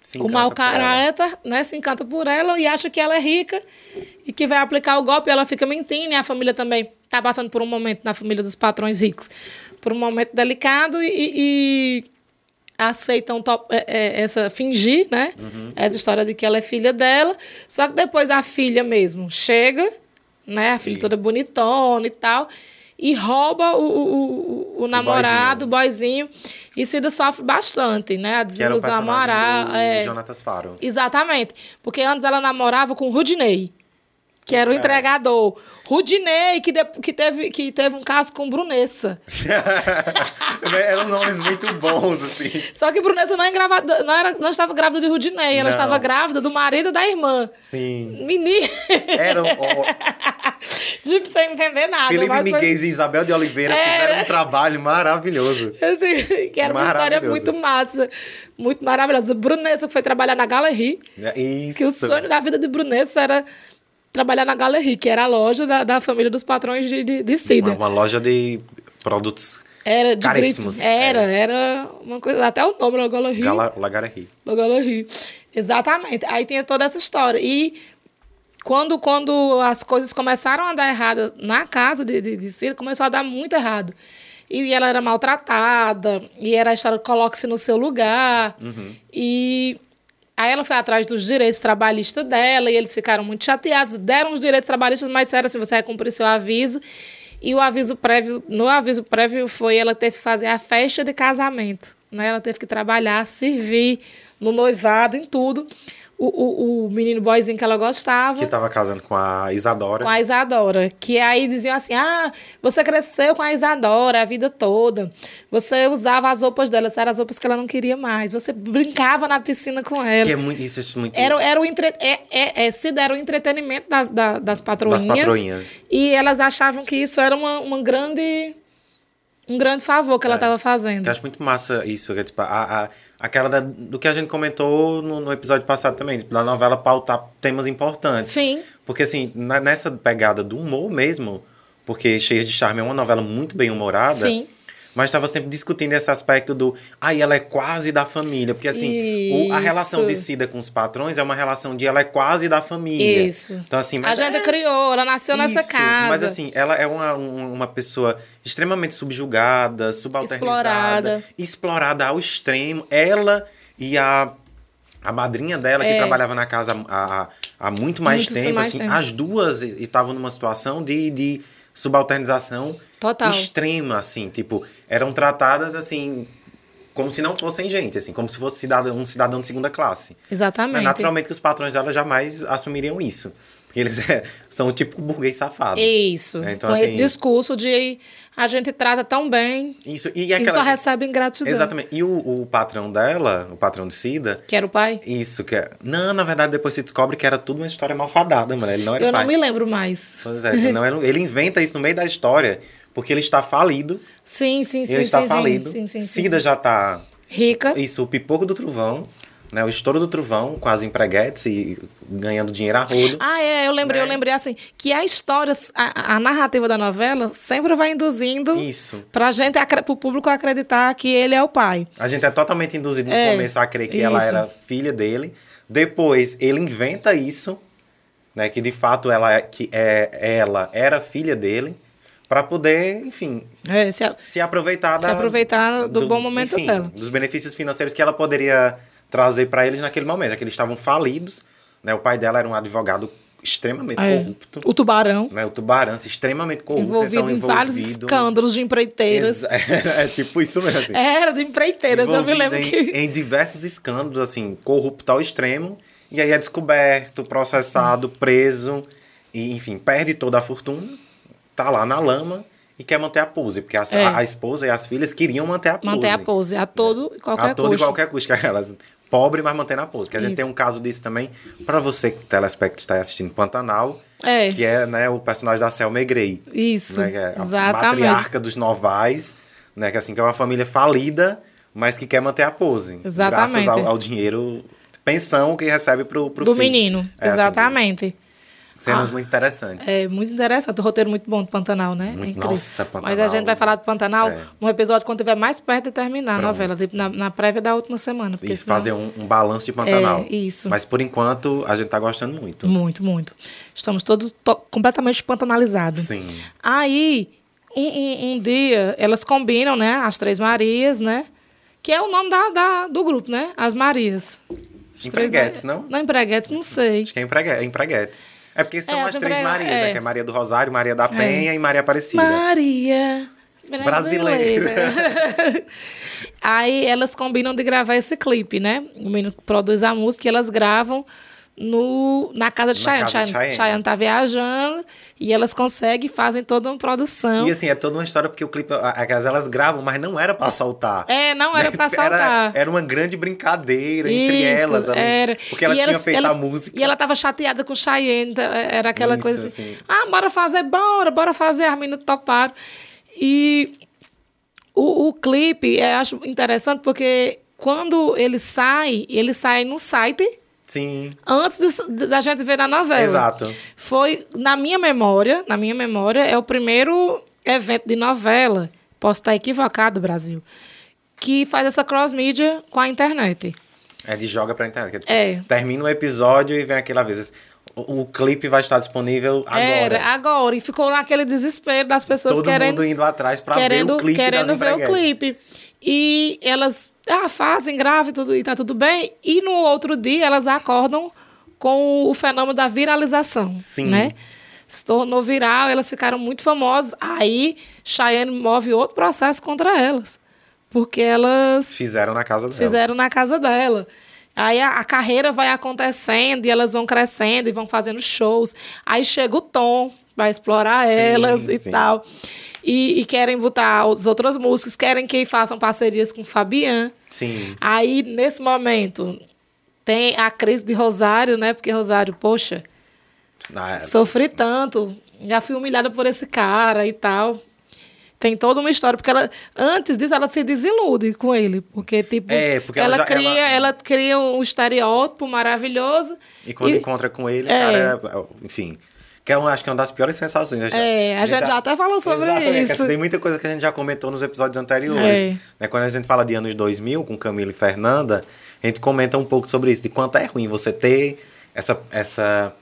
Se o encanta mau por ela. caráter, né, se encanta por ela e acha que ela é rica e que vai aplicar o golpe. Ela fica mentindo e a família também está passando por um momento, na família dos patrões ricos, por um momento delicado e, e- e aceitam to- é, é, essa fingir, né? Uhum. Essa história de que ela é filha dela. Só que depois a filha mesmo chega, né? A filha toda bonitona e tal. E rouba o, o- o- o namorado, o boyzinho. E Cida sofre bastante, né? A Que era o desilusão personagem moral. do é. Jonatas Faro. <laughs> Exatamente. Porque antes ela namorava com o Rudinei, que É. era o entregador. Rudinei, que, de- que, teve, que teve um caso com Brunessa. É, Eram nomes muito bons, assim. Só que Brunessa não, é engravada, não, era, não estava grávida de Rudinei, ela Não. estava grávida do marido da irmã. Sim. Menino. Eram ó, <laughs> Tipo, sem entender nada. Felipe mas foi- Miguel e Isabel de Oliveira É. fizeram um trabalho maravilhoso. Assim, <laughs> que era uma história Maravilhoso. muito massa, muito maravilhosa. Brunessa, que foi trabalhar na Galerie, É Isso. que o sonho da vida de Brunessa era trabalhar na Galerie, que era a loja da, da família dos patrões de, de, de Cida. uma, uma loja de produtos Era de Caríssimos. É. Caríssimos. Era, era uma coisa. Até o nome Logola Rio. Gala, Lagarri. Logola Rio. Exatamente. Aí tinha toda essa história. E quando, quando as coisas começaram a dar errado na casa de, de, de Cida, começou a dar muito errado. E ela era maltratada, e era a história coloque-se no seu lugar. E aí ela foi atrás dos direitos trabalhistas dela, e eles ficaram muito chateados, deram os direitos trabalhistas, mas disseram assim, você vai cumprir seu aviso. E o aviso prévio, no aviso prévio foi ela ter que fazer a festa de casamento. Né? Ela teve que trabalhar, servir no noivado, em tudo. O, o, o menino boyzinho que ela gostava Que tá tava casando com a Isadora. com a Isadora. Que aí diziam assim: ah, você cresceu com a Isadora a vida toda. Você usava as roupas dela, essas eram as roupas que ela não queria mais. Você brincava na piscina com ela. Que é muito, isso é muito... Era, era o entre... é, é, é, Cida era o entretenimento das, da- das patroinhas. Das patroinhas. E elas achavam que isso era uma, uma grande. Um grande favor que ela estava fazendo. É. Que eu acho muito massa isso, que é, tipo, a, a, aquela da- do que a gente comentou no, no episódio passado também, tipo, da novela pautar temas importantes. Sim. Porque, assim, na- nessa pegada do humor mesmo, porque Cheias de Charme é uma novela muito bem humorada. Sim. Mas estava sempre discutindo esse aspecto do. Aí ela é quase da família. Porque, assim, o- a relação Isso. de Cida com os patrões é uma relação de ela é quase da família. Isso. Então, assim, A mas gente criou, ela nasceu nessa isso, casa. Mas assim, ela é uma, um- uma pessoa extremamente subjugada, subalternizada, Explorada. explorada, ao extremo. Ela e a, a madrinha dela, que É. trabalhava na casa há, há- há muito mais, Muito tempo, mais assim, tempo. as duas e- estavam numa situação de, de subalternização Total. extrema, assim, tipo, eram tratadas assim. Como se não fossem gente, assim, como se fosse cidadão, um cidadão de segunda classe. Mas Exatamente. naturalmente É que os patrões dela jamais assumiriam isso. Porque eles <laughs> é, são o tipo burguês safado. Isso. Né? Então, Com assim- esse discurso de a gente trata tão bem Isso, e é e aquela. só recebe ingratidão. Exatamente. E o, o patrão dela, o patrão de Cida, Que era o pai? isso que é. Não, na verdade, depois se descobre que era tudo uma história malfadada, mano. Ele não era Eu pai. não me lembro mais. Pois é, senão ele, ele inventa isso no meio da história, porque ele está falido. Sim, sim, sim. ele está sim, sim, falido. Sim, sim, sim, Cida sim. já está Rica. Isso, o pipoco do trovão, né? O estouro do trovão com as empreguetes e ganhando dinheiro a rodo. Ah, é, eu lembrei, Né? eu lembrei assim, que a história, a, a narrativa da novela sempre vai induzindo Isso. pra gente, acre- pro público acreditar que ele é o pai. A gente é totalmente induzido no É, começo a crer que ela isso. era filha dele. Depois ele inventa isso, né? Que de fato ela, é- que é, ela era filha dele, pra poder, enfim, É, se a- se aproveitar da, aproveitar do bom momento dela. Dos benefícios financeiros que ela poderia trazer pra eles naquele momento, já que eles estavam falidos, né? O pai dela era um advogado extremamente é, corrupto, o tubarão, né? O tubarão, assim, extremamente corrupto, envolvido então em envolvido vários escândalos de empreiteiras. Exa- <laughs> É, tipo isso mesmo. assim Era de empreiteiras, eu me envolvida lembro em, que. em diversos escândalos, assim, corrupto ao extremo. E aí é descoberto, processado, preso. E, enfim, perde toda a fortuna. Tá lá na lama. e quer manter a pose, porque as- É. a, a esposa e as filhas queriam manter a pose. Manter a pose, a todo e qualquer a todo e custo. qualquer custo, que é elas pobre, mas mantendo a pose. Que a gente Isso. tem um caso disso também, para você que telespecto está assistindo Pantanal, É. que é né, o personagem da Selma Grey. Isso, né, que é a exatamente. matriarca dos Novais, né, que assim que é uma família falida, mas que quer manter a pose. Graças Exatamente. ao, ao dinheiro, pensão que recebe pro, pro Do filho. menino, É, assim, exatamente. cenas Ah. muito interessantes. É muito interessante, o roteiro é muito bom do Pantanal, né? Muito- É incrível. nossa, Pantanal. Mas a gente vai falar do Pantanal É. num episódio quando estiver mais perto de terminar Pronto. a novela, tipo, na, na prévia da última semana. Porque Isso, senão- fazer um, um balanço de Pantanal. É, isso. Mas por enquanto, a gente tá gostando muito. Muito, muito. Estamos todos to- completamente pantanalizados. Sim. Aí, um, um- um dia, elas combinam, né? As Três Marias, né? Que é o nome da, da- do grupo, né? As Marias. As Três Empreguetes, Marias. não? Não, empreguetes, não sei. Acho que é empregue- é empreguetes. É porque são É, as as três emprega- Marias, é. né? Que é Maria do Rosário, Maria da Penha e Maria Aparecida. Maria brasileira. <laughs> Aí elas combinam de gravar esse clipe, né? O menino produz a música e elas gravam no, na casa de Na Cheyenne. casa de Cheyenne. Cheyenne. Cheyenne tá viajando e elas conseguem e fazem toda uma produção. E assim, é toda uma história, porque o clipe, a- a- elas gravam, mas não era pra soltar. É, não <laughs> era pra Né? Era, saltar. era uma grande brincadeira entre Isso, elas ali. era. Porque ela E tinha elas- feito a elas- música. E ela tava chateada com o Cheyenne, então, é, era aquela Isso, coisa assim, assim. ah, bora fazer, bora, bora fazer, as meninas toparam. E o, o clipe, eu acho interessante, porque quando ele sai, ele sai no site Sim. antes disso- da gente ver na novela. Exato. Foi, na minha memória, na minha memória, é o primeiro evento de novela, posso estar equivocado, Brasil, que faz essa cross-mídia com a internet. É de joga pra internet. que tipo, É. Termina o episódio e vem aquela vez. O, o clipe vai estar disponível agora. Era, agora. E ficou naquele desespero das pessoas Todo querendo, mundo indo atrás pra ver querendo, o clipe querendo das ver o empreguetes. clipe. E elas ah, fazem grave e tudo, e tá tudo bem. E no outro dia elas acordam com o fenômeno da viralização. Sim. Né? Se tornou viral, elas ficaram muito famosas. Aí Cheyenne move outro processo contra elas. Porque elas Fizeram na casa dela. fizeram na casa dela. Aí a, a carreira vai acontecendo e elas vão crescendo e vão fazendo shows. Aí chega o Tom vai explorar Sim, elas e sim. tal. E, e querem botar as outras músicas, querem que façam parcerias com Fabian. Sim. Aí, nesse momento, tem a crise de Rosário, né? Porque Rosário, poxa, Ah, Sofri tanto, já fui humilhada por esse cara e tal. Tem toda uma história, porque ela, antes disso, ela se desilude com ele. Porque, tipo, É, porque ela ela, já- cria, ela- ela... cria um estereótipo maravilhoso. E quando encontra com ele, É. cara, é- enfim. Que eu acho que é uma das piores sensações. É, a gente já até falou sobre Exatamente, que isso. assim, Tem muita coisa que a gente já comentou nos episódios anteriores. É. Né? Quando a gente fala de anos 2000, com Camila e Fernanda, a gente comenta um pouco sobre isso, de quanto é ruim você ter essa, essa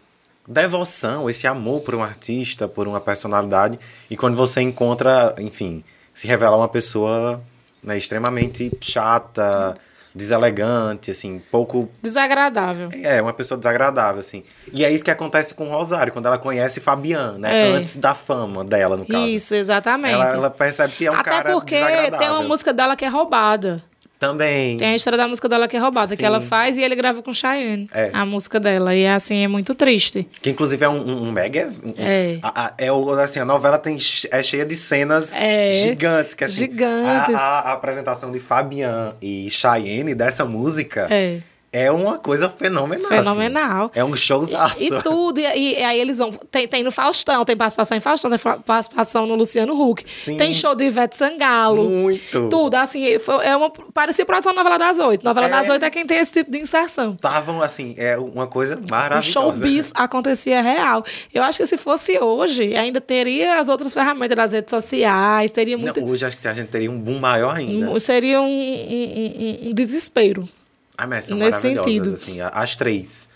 devoção, esse amor por um artista, por uma personalidade. E quando você encontra, enfim, se revela uma pessoa né, extremamente chata, deselegante, assim, pouco Desagradável. é, uma pessoa desagradável, assim. E é isso que acontece com Rosário, quando ela conhece Fabian, né? É. Antes da fama dela, no caso. Isso, exatamente. Ela, ela percebe que é um até cara porque desagradável. tem uma música dela que é roubada. Também. Tem a história da música dela que é roubada, Sim. que ela faz e ele grava com Cheyenne. É. A música dela. E assim, é muito triste. Que inclusive é um, um- um mega... um- É. a- a- é o- assim, a novela tem, che- é cheia de cenas É. gigantes. Que, assim, Gigantes. A, a- a apresentação de Fabian e Cheyenne dessa música É. é uma coisa fenomenal. assim. Fenomenal. É um showzaço. E tudo, e, e aí eles vão. Tem, tem no Faustão, tem participação em Faustão, tem fa- participação no Luciano Huck. Tem show de Ivete Sangalo. <laughs> Muito. Tudo, assim, foi- é uma, parecia produção da novela das oito. Novela É. das oito é quem tem esse tipo de inserção. Estavam, assim, é uma coisa O maravilhosa. Um né? showbiz acontecia real. Eu acho que se fosse hoje, ainda teria as outras ferramentas das redes sociais, teria Não, né? muito. hoje acho que a gente teria um boom maior ainda. Seria um- um- um- um desespero. Ah, mas são nesse maravilhosas, sentido. assim, a- as três.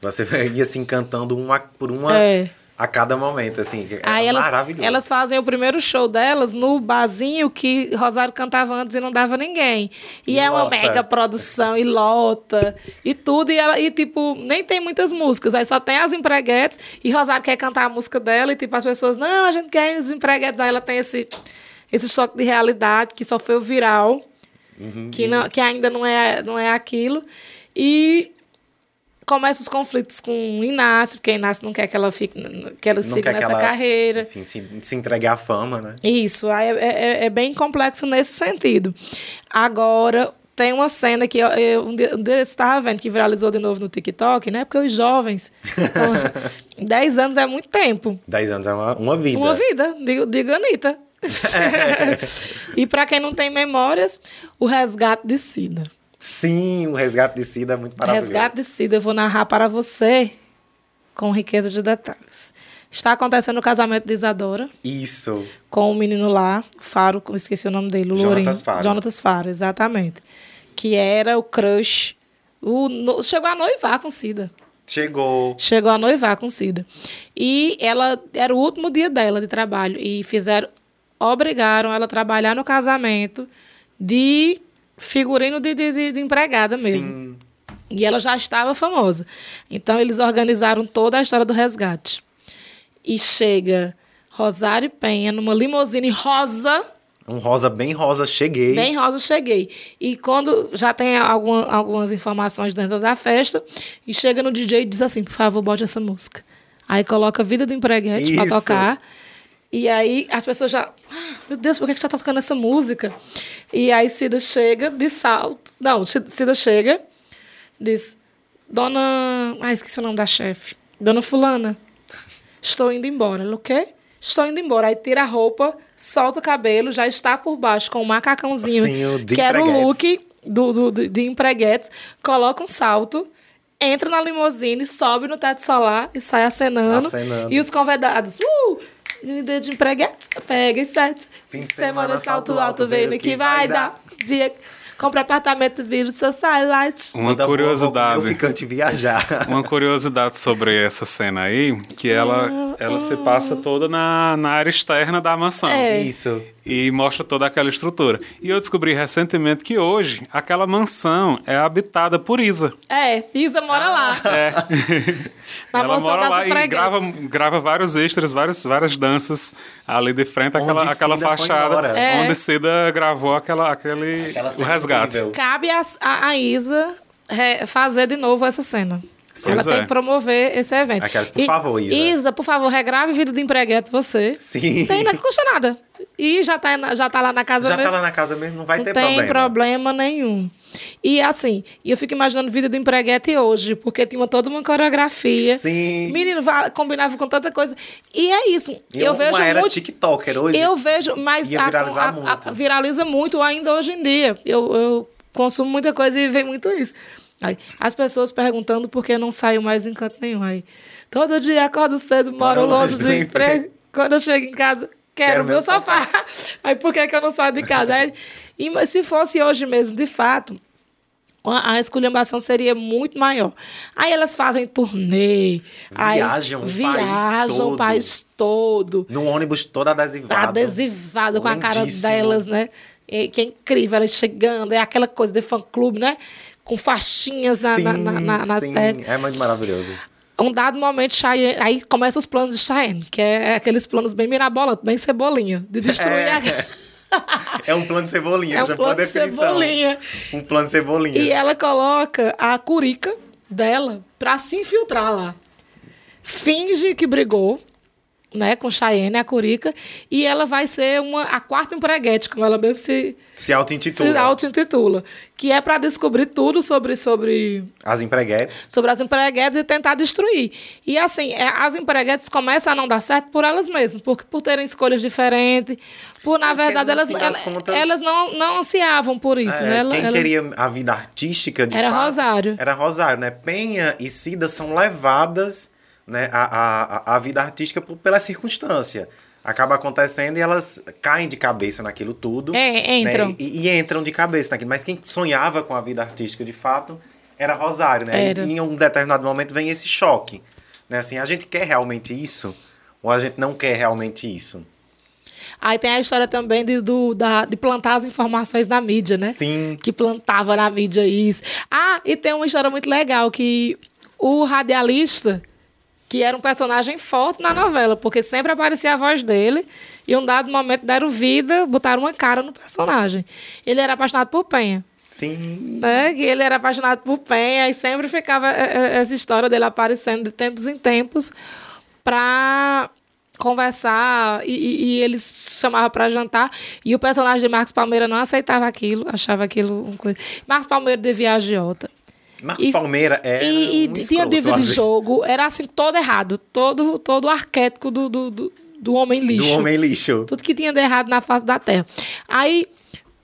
Você <laughs> ia se encantando uma por uma É. a cada momento, assim. que É Aí elas, maravilhoso. elas fazem o primeiro show delas no barzinho que Rosário cantava antes e não dava ninguém. E, E é uma lota. mega produção, e lota, e tudo. E, ela, e, tipo, nem tem muitas músicas. Aí só tem as empreguetes. E Rosário quer cantar a música dela. E, tipo, as pessoas, não, a gente quer as empreguetes. Aí ela tem esse, esse choque de realidade que só foi o Uhum. viral. Que, não- que ainda não é, não é aquilo. E começa os conflitos com o Inácio, porque o Inácio não quer que ela fique, que ela Não siga quer que nessa ela, carreira. Enfim, se, se entregar à fama, né? Isso, aí é, é- é bem complexo nesse sentido. Agora, tem uma cena que eu, eu- um dia um dia eu estava vendo que viralizou de novo no TikTok, né? Porque os jovens. <laughs> com 10 anos é muito tempo. Dez anos é uma, uma vida. Uma vida, digo, digo <laughs> Anitta. <laughs> e para quem não tem memórias, o resgate de Cida. Sim, o resgate de Cida é muito maravilhoso. Resgate de Cida, eu vou narrar para você com riqueza de detalhes. Está acontecendo o casamento de Isadora Isso. com o menino lá, o Faro, como esqueci o nome dele, o Jonatas Lourinho. Faro. Jonatas Faro, exatamente. Que era o crush. O, no- chegou a noivar com Cida. Chegou. Chegou a noivar com Cida. E ela era o último dia dela de trabalho. E fizeram. Obrigaram ela a trabalhar no casamento de figurino de, de, de- de empregada mesmo. Sim. E ela já estava famosa. Então eles organizaram toda a história do resgate. E chega Rosário Penha numa limusine rosa. Um rosa bem rosa, cheguei. Bem rosa, cheguei. E quando já tem alguma- algumas informações dentro da festa, e chega no DJ e diz assim: por favor, bote essa música. Aí coloca Vida do Empreguete pra Isso. tocar. E aí as pessoas já. "Ah, Meu Deus, por que, que tá tocando essa música? E aí Cida chega de salto. Não, Ci- Cida chega, diz: Dona. Ah, esqueci o nome da chefe. Dona Fulana. Estou indo embora. Ela, o quê? Estou indo embora. Aí tira a roupa, solta o cabelo, já está por baixo com o macacãozinho, Sim, o de que era o empreguetes. look do, do, de- de empreguetes, coloca um salto, entra na limusine, sobe no teto solar e sai acenando. Acenando. E os convidados, uh! Dia de empreguetes, pega e sete. Fim de semana, semana, salto alto, vendo que, vai dar. Dia, compra apartamento, vira o seu highlight. Uma Toda boa, curiosidade. vou com meu <laughs> ficante viajar. Uma curiosidade sobre essa cena aí, que ela, ela se passa toda na, na área externa da mansão. É. Isso. E mostra toda aquela estrutura. E eu descobri recentemente que hoje aquela mansão é habitada <laughs> por Isa. É, Isa mora lá. É. Na ela mansão mora das lá e empreguetes. grava, grava vários extras, vários, várias danças ali de frente àquela, Onde àquela Cida foi fachada embora. É. onde Cida gravou aquela, aquele Aquela o cena resgate. incrível. Cabe a, a- a Isa re- fazer de novo essa cena. Pois Ela é. tem que promover esse evento. Aquelas, por E- favor, Isa. Isa, por favor, regrave Vida do Empreguete você. Sim. Tem, não custa nada. E já tá, na- já tá lá na casa Já mesmo. tá lá na casa mesmo, não vai não ter tem problema. problema. nenhum. E assim, e eu fico imaginando vida do empreguete hoje, porque tinha toda uma coreografia. Sim. Menino va- combinava com tanta coisa. E é isso. E Eu, uma vejo era muito. TikToker hoje. Eu vejo, mas Ia a- viralizar a- a- muito. viraliza muito ainda hoje em dia. Eu, eu consumo muita coisa e vejo muito isso. Aí, as pessoas perguntando por que eu não saio mais em canto nenhum. Aí, todo dia acordo cedo, moro Moro longe longe do do emprego. emprego. Quando eu chego em casa, quero, Quero meu meu sofá. <laughs> Aí por que, que eu não saio de casa? Aí, e, mas se fosse hoje mesmo, de fato, a a esculhambação seria muito maior. Aí elas fazem turnê. aí Viajam o país Viajam o todo. país todo. No ônibus todo adesivado. Tá adesivada com a cara Lindíssimo. delas, né? E que é incrível, elas chegando, é aquela coisa de fã-clube, né? Com faixinhas na, sim, na, na, na, na sim. testa. É muito maravilhoso. Um dado momento, Cheyenne, aí começam os planos de Cheyenne, que é aqueles planos bem mirabolantes, bem cebolinha, de destruir É. a... É um plano de cebolinha, É um já plano pela de definição. cebolinha. Um plano de <laughs> cebolinha. E é ela coloca a curica dela pra se infiltrar lá. Finge que brigou, né, com Cheyenne, a curica, e ela vai ser uma, a quarta empreguete, como ela mesmo se, Se auto-intitula. se auto-intitula. Que é pra descobrir tudo sobre, sobre, As empreguetes. sobre as empreguetes e tentar destruir. E assim, é, as empreguetes começam a não dar certo por elas mesmas, por, por terem escolhas diferentes, por, na Porque, verdade, no elas, fim elas, das contas- elas não, não ansiavam por isso, É, né? Ela- quem elas- queria a vida artística de Era fato, Rosário. Era Rosário, né? Penha e Cida são levadas né, à, à, à vida artística por- pela circunstância. Acaba acontecendo e elas caem de cabeça naquilo tudo. É, né? entram. E, e entram de cabeça naquilo. Mas quem sonhava com a vida artística de fato era Rosário, né? Era. E em um determinado momento vem esse choque. Né? Assim, a gente quer realmente isso? Ou a gente não quer realmente isso? Aí tem a história também de, do, da, de plantar as informações na mídia, né? Sim. Que plantava na mídia isso. Ah, e tem uma história muito legal que o radialista, que era um personagem forte na novela, porque sempre aparecia a voz dele, e um dado momento deram vida, botaram uma cara no personagem. Ele era apaixonado por Penha. Sim. né? Que ele era apaixonado por Penha e sempre ficava é, é, essa história dele aparecendo de tempos em tempos pra conversar e, e, e ele chamava pra jantar e o personagem de Marcos Palmeira não aceitava aquilo, achava aquilo uma coisa. Marcos Palmeira devia agiota. Marcos E- Palmeira é. e e um tinha escroto, dívida de assim. jogo, era assim, todo errado, todo, todo arquétipo do, do, do, do homem lixo. Do homem lixo. Tudo que tinha de errado na face da terra. Aí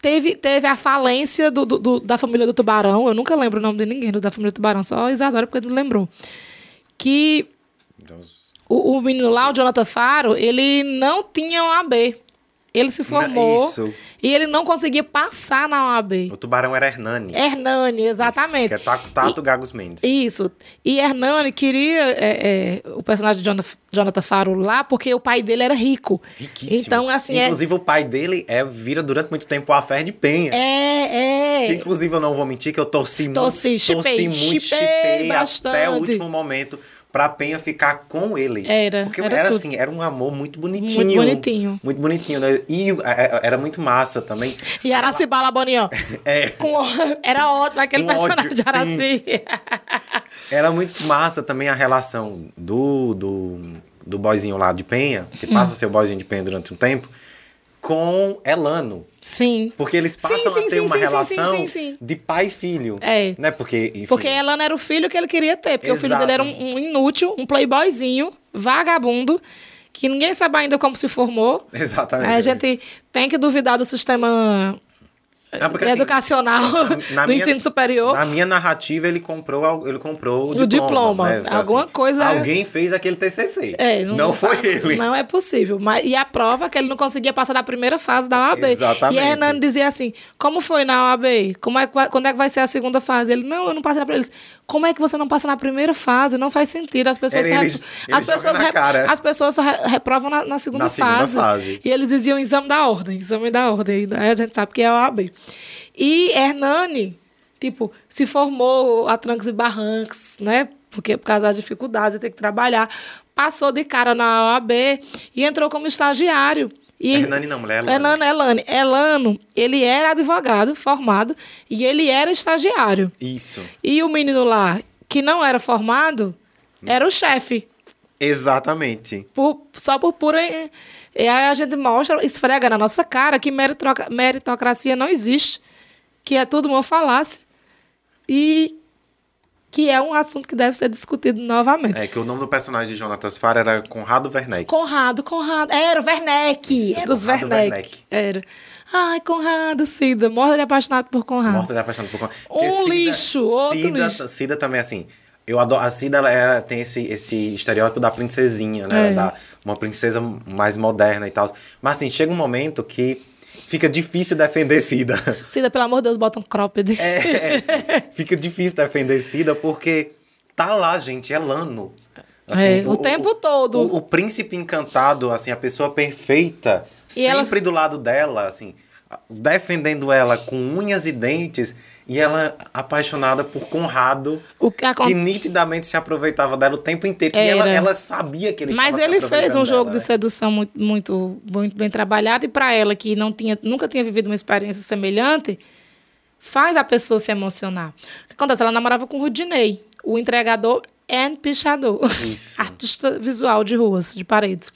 teve, teve a falência do, do- do- da família do Tubarão. Eu nunca lembro o nome de ninguém do- da família do Tubarão, só a Isadora, porque não lembrou. Que o, o menino lá, o Jonathan Faro, ele não tinha OAB. Ele se formou Isso. e ele não conseguia passar na OAB. O tubarão era Hernani. Hernani, É, exatamente. Que é Tato, Tato Gagos Mendes. Isso. E Hernani queria é, é, o personagem de Jona- Jonathan Faro lá porque o pai dele era rico. Riquíssimo. Então, assim, é, Inclusive, o pai dele é, vira durante muito tempo a Fer de Penha. é, é. Que, inclusive, eu não vou mentir que eu torci, Torci, muito. chipei, torci chipei muito, chipei até o bastante. último momento pra Penha ficar com ele. Era, Porque era tudo. assim, era um amor muito bonitinho. Muito bonitinho. Muito bonitinho, né? E é, é, era muito massa também. E Aracibala Bonião. É. Com... Era ótimo aquele Com personagem ódio, de Araci. Era muito massa também a relação do, do, do boyzinho lá de Penha, que passa a ser o boyzinho de Penha durante um tempo, com Elano. Sim. Porque eles Sim, passam sim, a ter sim, uma sim, sim, relação sim, sim, sim. de pai e filho. É. Né? Porque, enfim, <laughs> Porque ela não era o filho que ele queria ter. Porque o filho Exato. dele era um, um inútil, um playboyzinho, vagabundo, que ninguém sabe ainda como se formou. Exatamente. Aí a gente tem que duvidar do sistema Ah, porque, assim, educacional do ensino superior. Na minha narrativa, ele comprou, al- ele comprou o O diploma. diploma. né? Foi Alguma coisa- Alguém fez aquele TCC. É, não, foi ele. Não é possível. Mas, e a prova é que ele não conseguia passar da primeira fase da OAB. E Exatamente. a Hernando dizia assim: como foi na OAB? Como é, que vai- quando é que vai ser a segunda fase? Ele, não, eu não passei na primeira. Ele disse, como é que você não passa na primeira fase? Não faz sentido. As pessoas, Ele- só ele- repro- ele as, joga pessoas na re- cara. as pessoas só re- reprovam na, na segunda Na segunda fase. fase. E eles diziam exame da ordem, exame da ordem. Aí a gente sabe que é a OAB. E Hernani, tipo, se formou a trancos e barrancos, né? Porque por causa das dificuldades, ele tem que trabalhar. Passou de cara na OAB e entrou como estagiário. E Hernani não, mulher, é Elane. Elano, Elane. Elano, ele era advogado formado e ele era estagiário. Isso. E o menino lá, que não era formado, Hum. era o chefe Exatamente. por- só por pura. E aí a gente mostra, esfrega na nossa cara que meritroca- meritocracia não existe, que é tudo uma falácia e que é um assunto que deve ser discutido novamente. É que o nome do personagem de Jonatas Fara era Conrado é, Werneck. Conrado, Conrado. Era o Werneck. Isso, era os Conrado Werneck. Werneck. Era. Ai, Conrado, Cida. Morta de apaixonado por Conrado. Morta de apaixonado por Conrado. Um Ah. lixo, outro Cida, lixo. Cida também, assim. Eu adoro, a Cida ela, ela tem esse, esse estereótipo da princesinha, né? É. Da, uma princesa mais moderna e tal. Mas assim, chega um momento que fica difícil defender Cida. Cida, pelo amor de Deus, bota um cropped. É, assim, fica difícil defender Cida porque tá lá, gente, é Lano. Assim, É, o tempo todo. O, o príncipe encantado, assim, a pessoa perfeita, E ela- sempre do lado dela, assim, defendendo ela com unhas e dentes e ela apaixonada por Conrado. <laughs> O que Que acontece? nitidamente se aproveitava dela o tempo inteiro. E ela, Era. ela sabia que ele Mas estava se ele fez um aproveitando jogo dela, né? é. de sedução muito, muito, muito bem trabalhado e para ela que não tinha, nunca tinha vivido uma experiência semelhante, faz a pessoa se emocionar. O que acontece? Ela namorava com o Rudinei, o entregador e pichador, <laughs> Isso. artista visual de ruas, de paredes.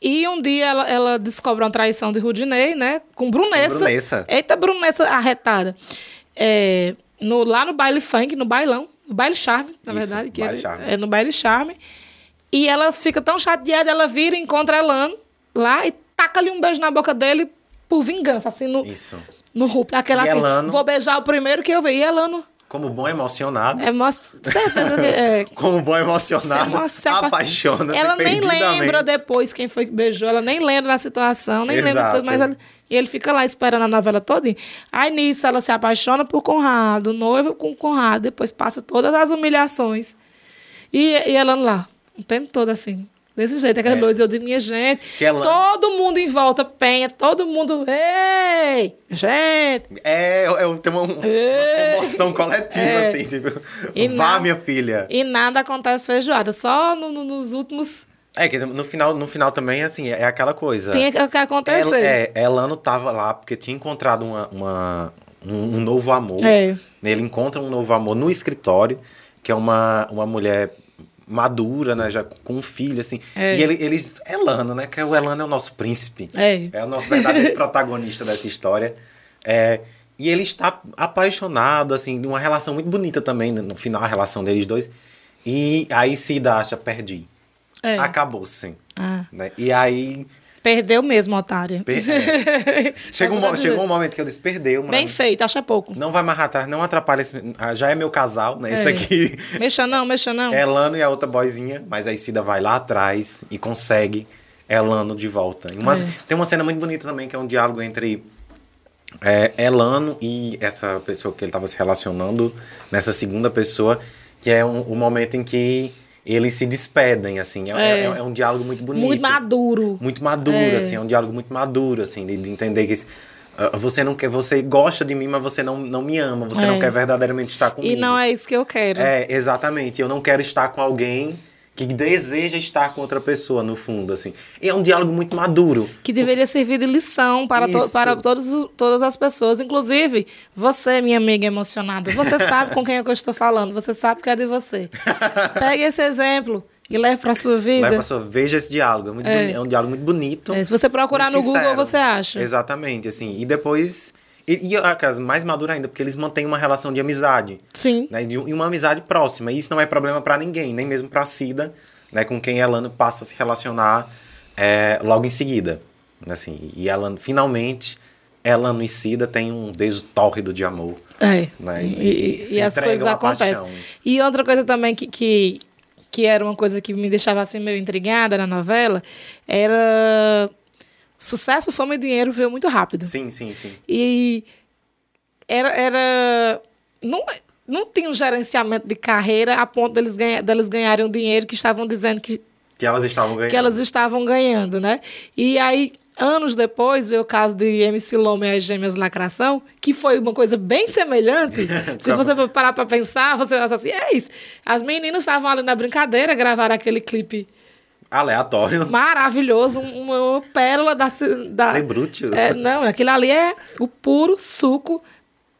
E um dia ela, ela descobre uma traição de Rudinei, né? Com Brunessa. Com Brunessa. Eita, Brunessa arretada. É, no, lá no baile funk, no bailão, no baile charme, na Isso, verdade. Que baile ele- charme. é no baile charme. E ela fica tão chateada, ela vira, encontra Elan lá e taca-lhe um beijo na boca dele por vingança, assim, no, Isso. no Rupi. Aquela E assim, Elano? vou beijar o primeiro que eu ver. E Elano Como bom emocionado. é mó... certeza que- é, Como bom emocionado. Nossa, se apa- apaixona. Ela nem lembra depois. depois quem foi que beijou, ela nem lembra da situação, nem lembra Exato. tudo, mas ela- e ele fica lá esperando a novela toda. Aí nisso ela se apaixona por Conrado, noiva com Conrado, depois passa todas as humilhações. E, e ela lá, o tempo todo assim. Desse jeito, aquela luz, eu digo, minha gente. É. Que ela- Todo mundo em volta, penha, todo mundo. Ei! Gente! É, eu, eu tenho uma, uma É. emoção coletiva, É. assim, tipo, E vá, não- minha filha. E nada acontece feijoada. Só no- no- nos últimos. É, que no final, no final também, assim, é aquela coisa. Tem o que acontecer. é, Ela, é, Elano tava lá porque tinha encontrado uma, uma, um, um novo amor. É. Ele encontra um novo amor no escritório, que é uma, uma mulher madura, né? Já com um filho, assim. É. E ele, eles. Elano, né? Que o Elano é o nosso príncipe. É. É o nosso verdadeiro <laughs> protagonista dessa história. É, e ele está apaixonado, assim, de uma relação muito bonita também, né, no final, a relação deles dois. E aí se dá, acha, perdi. É. Acabou-se. Ah. né? E aí. Perdeu mesmo, otária. Tá Per... <laughs> é. chegou, um, mo- chegou um momento que eu disse: perdeu, mas Bem feito, acha pouco. não vai mais atrás, não atrapalha. Esse... ah, Já é meu casal, né? Esse É. aqui Mexa não, mexa não. é Elano e a outra boyzinha, mas aí Cida vai lá atrás e consegue Elano de volta. E umas- É. Tem uma cena muito bonita também, que é um diálogo entre é, Elano e essa pessoa que ele estava se relacionando, nessa segunda pessoa, que é um- o momento em que eles se despedem, assim. É, É. é- é um diálogo muito bonito. Muito maduro. Muito maduro, assim. É um diálogo muito maduro, assim, de, de entender que... esse- ah, Você não quer, você gosta de mim, mas você não, não me ama. Você não É. quer verdadeiramente estar comigo. E não é isso que eu quero. É, exatamente. Eu não quero estar com alguém que deseja estar com outra pessoa, no fundo, assim. E é um diálogo muito maduro. Que deveria servir de lição para, to- Isso. para todos, os- todas as pessoas. Inclusive, você, minha amiga emocionada. Você <laughs> sabe com quem é que eu estou falando. Você sabe que é de você. Pegue esse exemplo e leve para sua vida. Leva a sua, né, veja esse diálogo. É, muito boni- é um diálogo muito bonito. É, se você procurar muito no Google, sincero. você acha. Exatamente, assim. E depois... E, e a casa mais madura ainda, porque eles mantêm uma relação de amizade. Sim. né, de um- e uma amizade próxima. E isso não é problema pra ninguém, nem mesmo pra Cida, né, com quem Elano passa a se relacionar é, logo em seguida. Assim, e Elano, finalmente, Elano e Cida têm um beijo tórrido de amor. É. Né, E, e- e- e se e as coisas entregam à acontecem. paixão. E outra coisa também que, que, que era uma coisa que me deixava assim meio intrigada na novela era sucesso, fama e dinheiro veio muito rápido. Sim, sim, sim. E era. era não, não tinha um gerenciamento de carreira a ponto deles, ganha, deles ganharem o dinheiro que estavam dizendo que, Que elas estavam ganhando. que elas estavam ganhando, né? E aí, anos depois, veio o caso de MC Loma e as Gêmeas Lacração, que foi uma coisa bem semelhante. Se você for parar pra pensar, você vai assim, é isso. As meninas estavam ali na brincadeira, gravaram aquele clipe Aleatório. maravilhoso, um- uma pérola da... ci- da Zebrútios. é, não, aquilo ali é o puro suco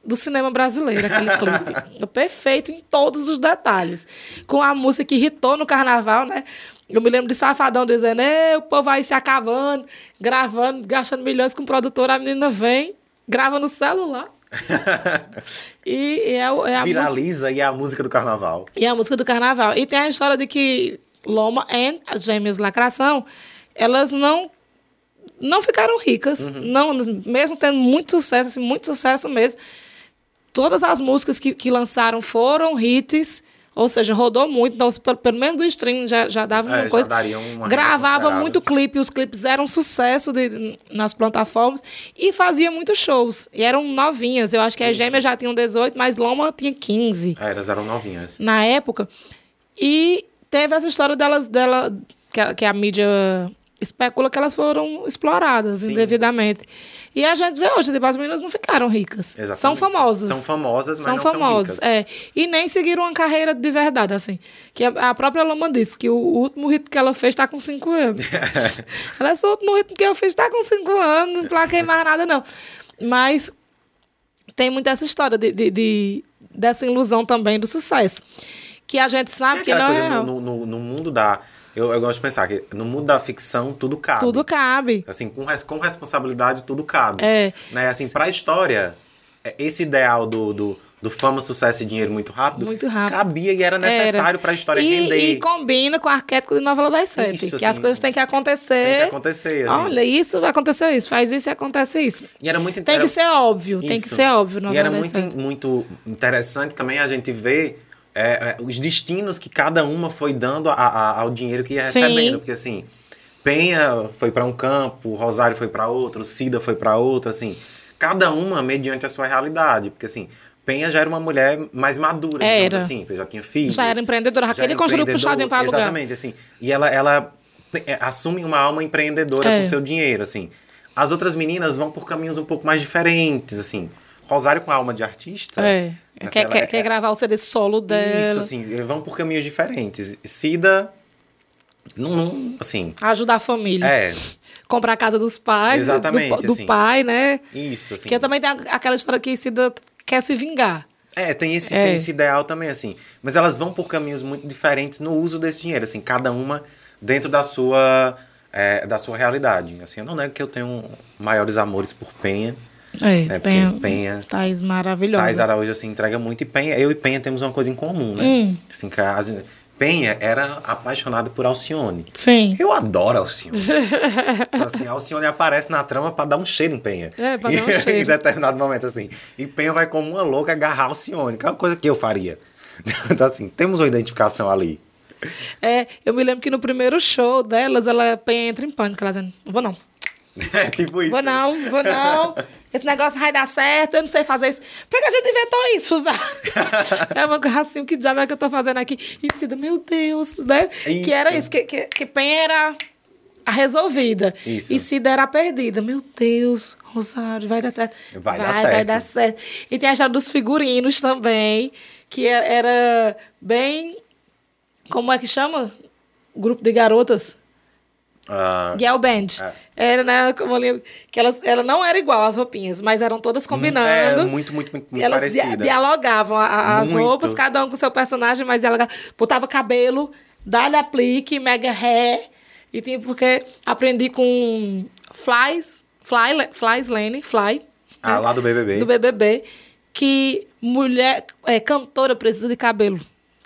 do cinema brasileiro, aquele clipe. É Perfeito em todos os detalhes. Com a música que irritou no carnaval, né? Eu me lembro de Safadão dizendo, "Ei, o povo aí se acabando, gravando, gastando milhões com produtor, a menina vem, grava no celular. e, e é, o- é a música Viraliza e é a música do carnaval. e a música do carnaval. E tem a história de que Loma e as Gêmeas Lacração, elas não não ficaram ricas, Uhum. não mesmo tendo muito sucesso, assim, muito sucesso mesmo. Todas as músicas que, que lançaram foram hits, ou seja, rodou muito, então pelo, pelo menos do stream já, já dava É, uma já coisa. daria uma renda Gravava considerável. muito clipe, os clipes eram sucesso de- nas plataformas e fazia muitos shows. E eram novinhas, eu acho que as gêmeas já tinham 18, mas Loma tinha 15 Ah, elas eram novinhas. na época. E teve essa história delas, dela, que a, que a mídia especula que elas foram exploradas Sim. indevidamente. E a gente vê hoje, tipo, as meninas não ficaram ricas. Exatamente. São famosas. São famosas, mas São não famosas, são ricas. é. E nem seguiram uma carreira de verdade, assim. Que a, a própria Loma disse que o, último ritmo que ela fez tá com 5 <laughs> anos. ela disse, o último ritmo que eu fiz tá com 5 anos, não plaquei mais nada, não. Mas tem muito essa história de, de- de- dessa ilusão também do sucesso. Que a gente sabe que Aquela não é coisa real. no, no, no mundo da... Eu, eu gosto de pensar que no mundo da ficção, tudo cabe. Tudo cabe. Assim, com, res- com responsabilidade, tudo cabe. É. Né? Assim, pra história, é, esse ideal do, do, do fama, sucesso e dinheiro muito rápido, Muito rápido. cabia e era necessário Era. pra história e, render. E combina com o arquétipo de novela das sete. Isso, que assim, as coisas têm que acontecer. Tem que acontecer, assim. é. Olha, isso vai acontecer isso, faz isso e acontece isso. e era muito Tem era- que ser óbvio, tem que Isso. ser óbvio. Não E era vai muito, ser. muito interessante também a gente ver é, é, os destinos que cada uma foi dando a- a- ao dinheiro que ia Sim. recebendo. Porque assim, Penha foi para um campo, Rosário foi para outro, Cida foi para outro, assim. Cada uma mediante a sua realidade. Porque assim, Penha já era uma mulher mais madura, Era. digamos assim, porque já tinha filhos. Já era um empreendedora. já Raquel era construiu empreendedor- puxado em para lugar. Exatamente, assim. E ela, ela te- é, assume uma alma empreendedora É. com seu dinheiro, assim. As outras meninas vão por caminhos um pouco mais diferentes, assim. Rosário com a alma de artista. É. Mas Quer, ela quer, é- quer gravar o CD solo Isso, dela. assim, vão por caminhos diferentes. Cida, não, não assim, Ajudar a família. é, comprar a casa dos pais, do- Exatamente, do, do assim. pai, né? Isso, assim. Que eu também tenho aquela história que Cida quer se vingar. É, tem esse, É. tem esse ideal também, assim. Mas elas vão por caminhos muito diferentes no uso desse dinheiro, assim, cada uma dentro da sua, é, da sua realidade. Assim, eu não nego que eu tenho maiores amores por Penha. É, É, porque Penha, Penha- Thais maravilhosa. Thais Araújo, assim, entrega muito. E Penha, eu e Penha temos uma coisa em comum, né? Assim, que a gente- Penha era apaixonada por Alcione. Sim. Eu <laughs> adoro Alcione. Então, assim, Alcione aparece na trama pra dar um cheiro em Penha. É, pra dar um <laughs> E- em cheiro. determinado momento, assim. E Penha vai como uma louca agarrar Alcione, que é uma coisa que eu faria. <laughs> Então, assim, temos uma identificação ali. <laughs> É, eu me lembro que no primeiro show delas, ela Penha entra em pânico, ela dizendo, não vou não. É tipo isso. Vou não, vou <laughs> não. Esse negócio vai dar certo, eu não sei fazer isso. Por que a gente inventou isso, Suzana? <laughs> é uma coisa assim, que diabo é que eu tô fazendo aqui? E Cida, meu Deus, né? Isso. Que era isso, que, que, que Penha era a resolvida. Isso. E Cida era a perdida. Meu Deus, Rosário, vai dar certo. Vai dar vai, certo. Vai dar certo. E tem a história dos figurinos também, que é- era bem... Como é que chama? Grupo de garotas. Ah, Girl Band. É. Era, né, como eu lembro, que elas, ela não era igual as roupinhas, mas eram todas combinando. é, muito, muito, muito, muito elas dia- parecida. dialogavam a- a- as Muito. roupas, cada um com seu personagem, mas dialogavam. Botava cabelo, dá-lhe aplique, mega ré. E tinha porque aprendi com Flies, Fly, Flies Lane, Fly. Ah, né, lá do BBB. Do BBB. Que mulher, é, cantora precisa de cabelo.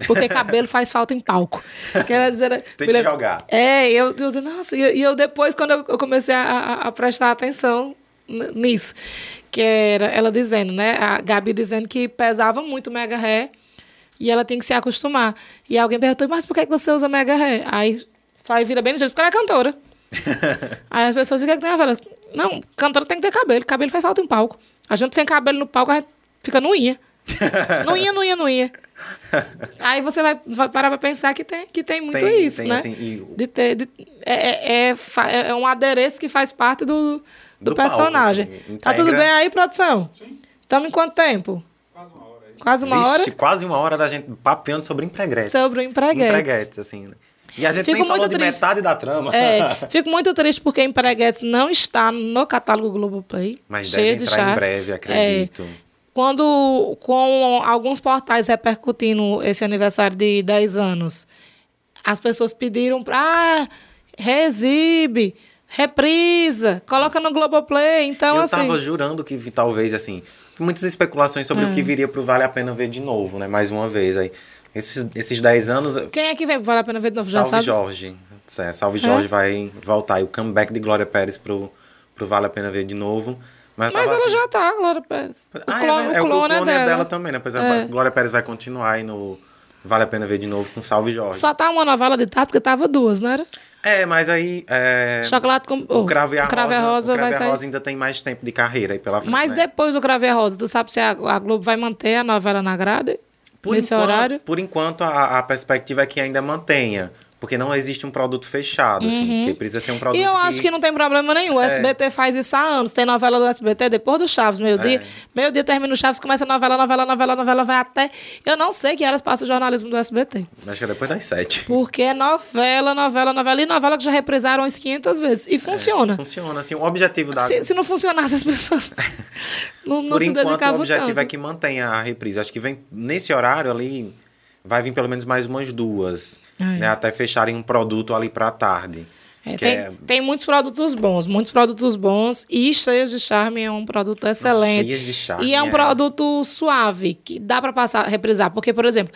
Porque cabelo faz falta em palco. Que ela dizia, era- que me lembro- jogar. é, eu, eu disse, nossa, e eu, e eu depois, quando eu, eu comecei a, a- a prestar atenção n- nisso, que era ela dizendo, né? A Gabi dizendo que pesava muito o mega ré e ela tem que se acostumar. E alguém perguntou, mas por que que você usa mega ré? Aí fala, vira bem no jeito, porque ela é cantora. Aí as pessoas dizem, o que é que tem a ver? Não, cantora tem que ter cabelo, cabelo faz falta em palco. A gente sem cabelo no palco, a gente fica <laughs> nuinha. Nuinha, nuinha, nuinha. Aí você vai, vai parar pra pensar que tem, que tem muito Tem- isso, tem, né? assim, e o- De ter, de- é, é, é fa- é um adereço que faz parte do, do, Do palco, personagem. assim, tá tudo integra. bem aí, produção? Sim. Estamos em quanto tempo? Quase uma hora aí. Quase uma Vixe, hora. quase uma hora da gente papeando sobre empreguetes. Sobre o empreguetes. Empreguetes, assim. né? E a gente Fico nem falou muito de triste. metade da trama. É, fico muito triste porque Empreguetes não está no catálogo Globoplay. <laughs> Mas cheio de deve entrar em chá. É. breve, acredito. quando, com alguns portais repercutindo esse aniversário de 10 anos, as pessoas pediram para ah, reexibe, reprisa, coloca no Globoplay. Então, eu assim. tava jurando que vi- talvez, assim, muitas especulações sobre o Hum. que viria pro Vale a Pena Ver de novo, né? Mais uma vez. Aí, esses, esses 10 anos, eh, Quem é que vem? Vale a pena ver de novo, já Salve sabe? Jorge. É, Salve Jorge vai voltar. E o comeback de Glória Pérez pro, pro Vale a Pena Ver de novo. Mas, eu Mas tava ela assim- já tá, Glória Pérez. O Ah, é, clone, né? É, o clone é dela. também, né? Pois a Glória Pérez vai continuar aí no Vale a Pena Ver de novo com Salve Jorge. Só tá uma novela de tarde, porque tava duas, não era? É, mas aí. é, Chocolate com. O Cravo e a oh, Cravo Rosa, o Cravo vai e a sair. Rosa ainda tem mais tempo de carreira aí pela frente. Mas né? depois do Cravo e a Rosa, tu sabe se a, a Globo vai manter a novela na grade? Por nesse enquanto, horário? Por enquanto, a, a perspectiva é que ainda mantenha. Porque não existe um produto fechado, assim. Porque precisa ser um produto Uhum. E eu acho que não tem problema nenhum. O É. SBT faz isso há anos. Tem novela do SBT depois do Chaves, meio-dia. É. Meio-dia termina o Chaves, começa a novela, novela, novela, novela, vai até. Eu não sei que horas passa o jornalismo do SBT. Acho que é depois das sete. Porque é novela, novela, novela. E novela que já reprisaram umas 500 vezes. E funciona. É, Funciona, assim. O objetivo da... Se, se não funcionasse, as <laughs> pessoas não, não por se enquanto, o dedicavam objetivo tanto. é que mantenha a reprise. Acho que vem nesse horário ali... Vai vir pelo menos mais umas duas. Ai. Né, até fecharem um produto ali pra tarde. É, que tem, é tem muitos produtos bons, muitos produtos bons. E Cheias de Charme é um produto excelente. Cheias de Charme, E é um é. produto suave, que dá para passar, reprisar. Porque, por exemplo,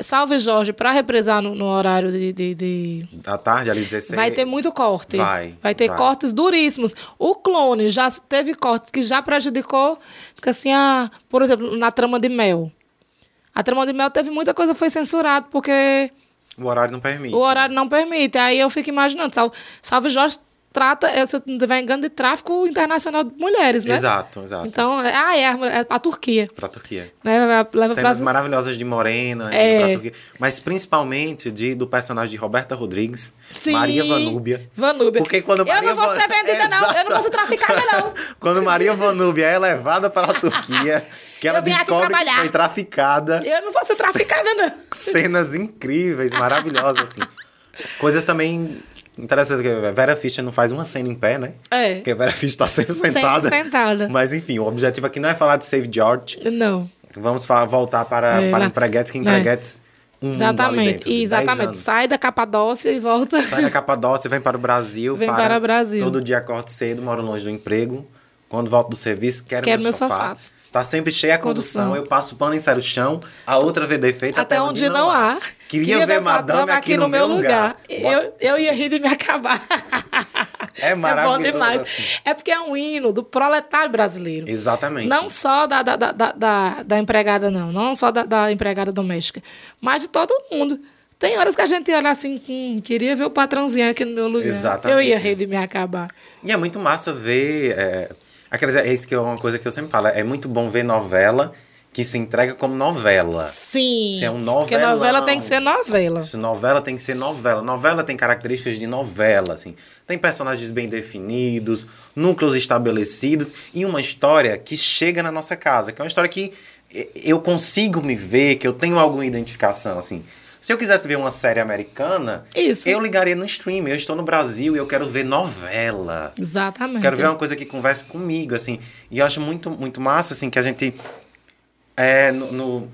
Salve Jorge, para reprisar no, no horário de. de- de- da tarde ali, 16. Vai ter muito corte. Vai, ter vai. cortes duríssimos. O clone já teve cortes que já prejudicou. Porque assim, ah, por exemplo, na trama de Mel. A trama de Mel teve muita coisa que foi censurada, porque O horário não permite. o horário não permite. Aí eu fico imaginando, Salve, Salve Jorge trata, eh, se eu não tiver engano, de tráfico internacional de mulheres, né? Exato, exato. Então, é- ah, é, a mulher- é a Turquia. Pra Turquia. Né? Vai- Leva pra... Cenas maravilhosas de Morena, indo É. pra Turquia, mas principalmente de, do personagem de Roberta Rodrigues, Sim. Maria Vanúbia. Vanúbia. Porque quando Eu Maria não vou Van- ser vendida, não. Eu não vou ser traficada, não. <laughs> quando Maria Vanúbia é levada para a Turquia, que ela Eu vim aqui descobre que trabalhar. foi traficada, Eu não vou ser traficada, não. cenas incríveis, maravilhosas, assim. Coisas também Interessante que Vera Fischer não faz uma cena em pé, né? É. Porque Vera Fischer tá sempre sentada. sentada. Mas enfim, o objetivo aqui não é falar de Save George. Não. Vamos fa- voltar para, É, para lá. Empreguetes, que É. Empreguetes um mundo ali Exatamente. dentro. de 10 Exatamente. anos. Sai da Capadócia e volta. Sai da Capadócia, vem para o Brasil. Vem para o Brasil. Todo dia acordo cedo, moro longe do emprego. Quando volto do serviço, quero, Quero meu meu sofá. sofá. Tá sempre cheia a condução. Condução. Eu passo pano em sério chão. A outra vê defeito até, Até onde não há. Queria, ver madame aqui, no, meu lugar. Eu, eu ia rir de me acabar. É maravilhoso, <laughs> É bom demais. assim. É porque é um hino do proletário brasileiro. Exatamente. Não só da, da, da, da- da, da empregada, não. Não só da, da empregada doméstica. Mas de todo mundo. Tem horas que a gente olha assim, hum, queria ver o patrãozinho aqui no meu lugar. Exatamente. Eu ia rir de me acabar. E é muito massa ver. É, aquelas, é isso que é uma coisa que eu sempre falo. É muito bom ver novela que se entrega como novela. Sim. Isso é um Porque novelão. novela tem que ser novela. Isso, novela tem que ser novela. Novela tem características de novela, assim. Tem personagens bem definidos, núcleos estabelecidos e uma história que chega na nossa casa, que é uma história que e- eu consigo me ver, que eu tenho alguma identificação, assim. Se eu quisesse ver uma série americana, Isso. eu ligaria no stream. Eu estou no Brasil e eu quero ver novela. Exatamente. Quero ver uma coisa que converse comigo, assim. E eu acho muito, muito massa, assim, que a gente. É, no, no,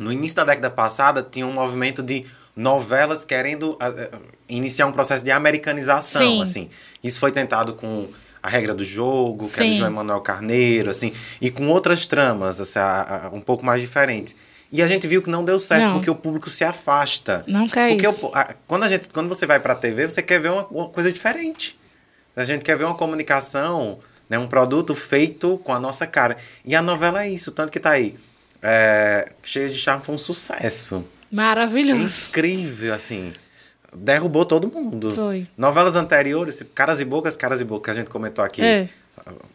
no início da década passada, tinha um movimento de novelas querendo ah, eh, iniciar um processo de americanização, Sim. assim. Isso foi tentado com A Regra do Jogo, que é do Sim. João Emanuel Carneiro, assim. E com outras tramas, assim, a- a- um pouco mais diferentes. E a gente viu que não deu certo, Não. porque o público se afasta. Não quer Porque isso. o po- a- quando, a gente, quando você vai pra TV, você quer ver uma, uma coisa diferente. A gente quer ver uma comunicação, né, um produto feito com a nossa cara. E a novela é isso, tanto que tá aí. É, Cheia de Charme foi um sucesso. Maravilhoso. Incrível, assim. Derrubou todo mundo. Foi. Novelas anteriores, tipo, Caras e Bocas, Caras e Bocas, que a gente comentou aqui, É.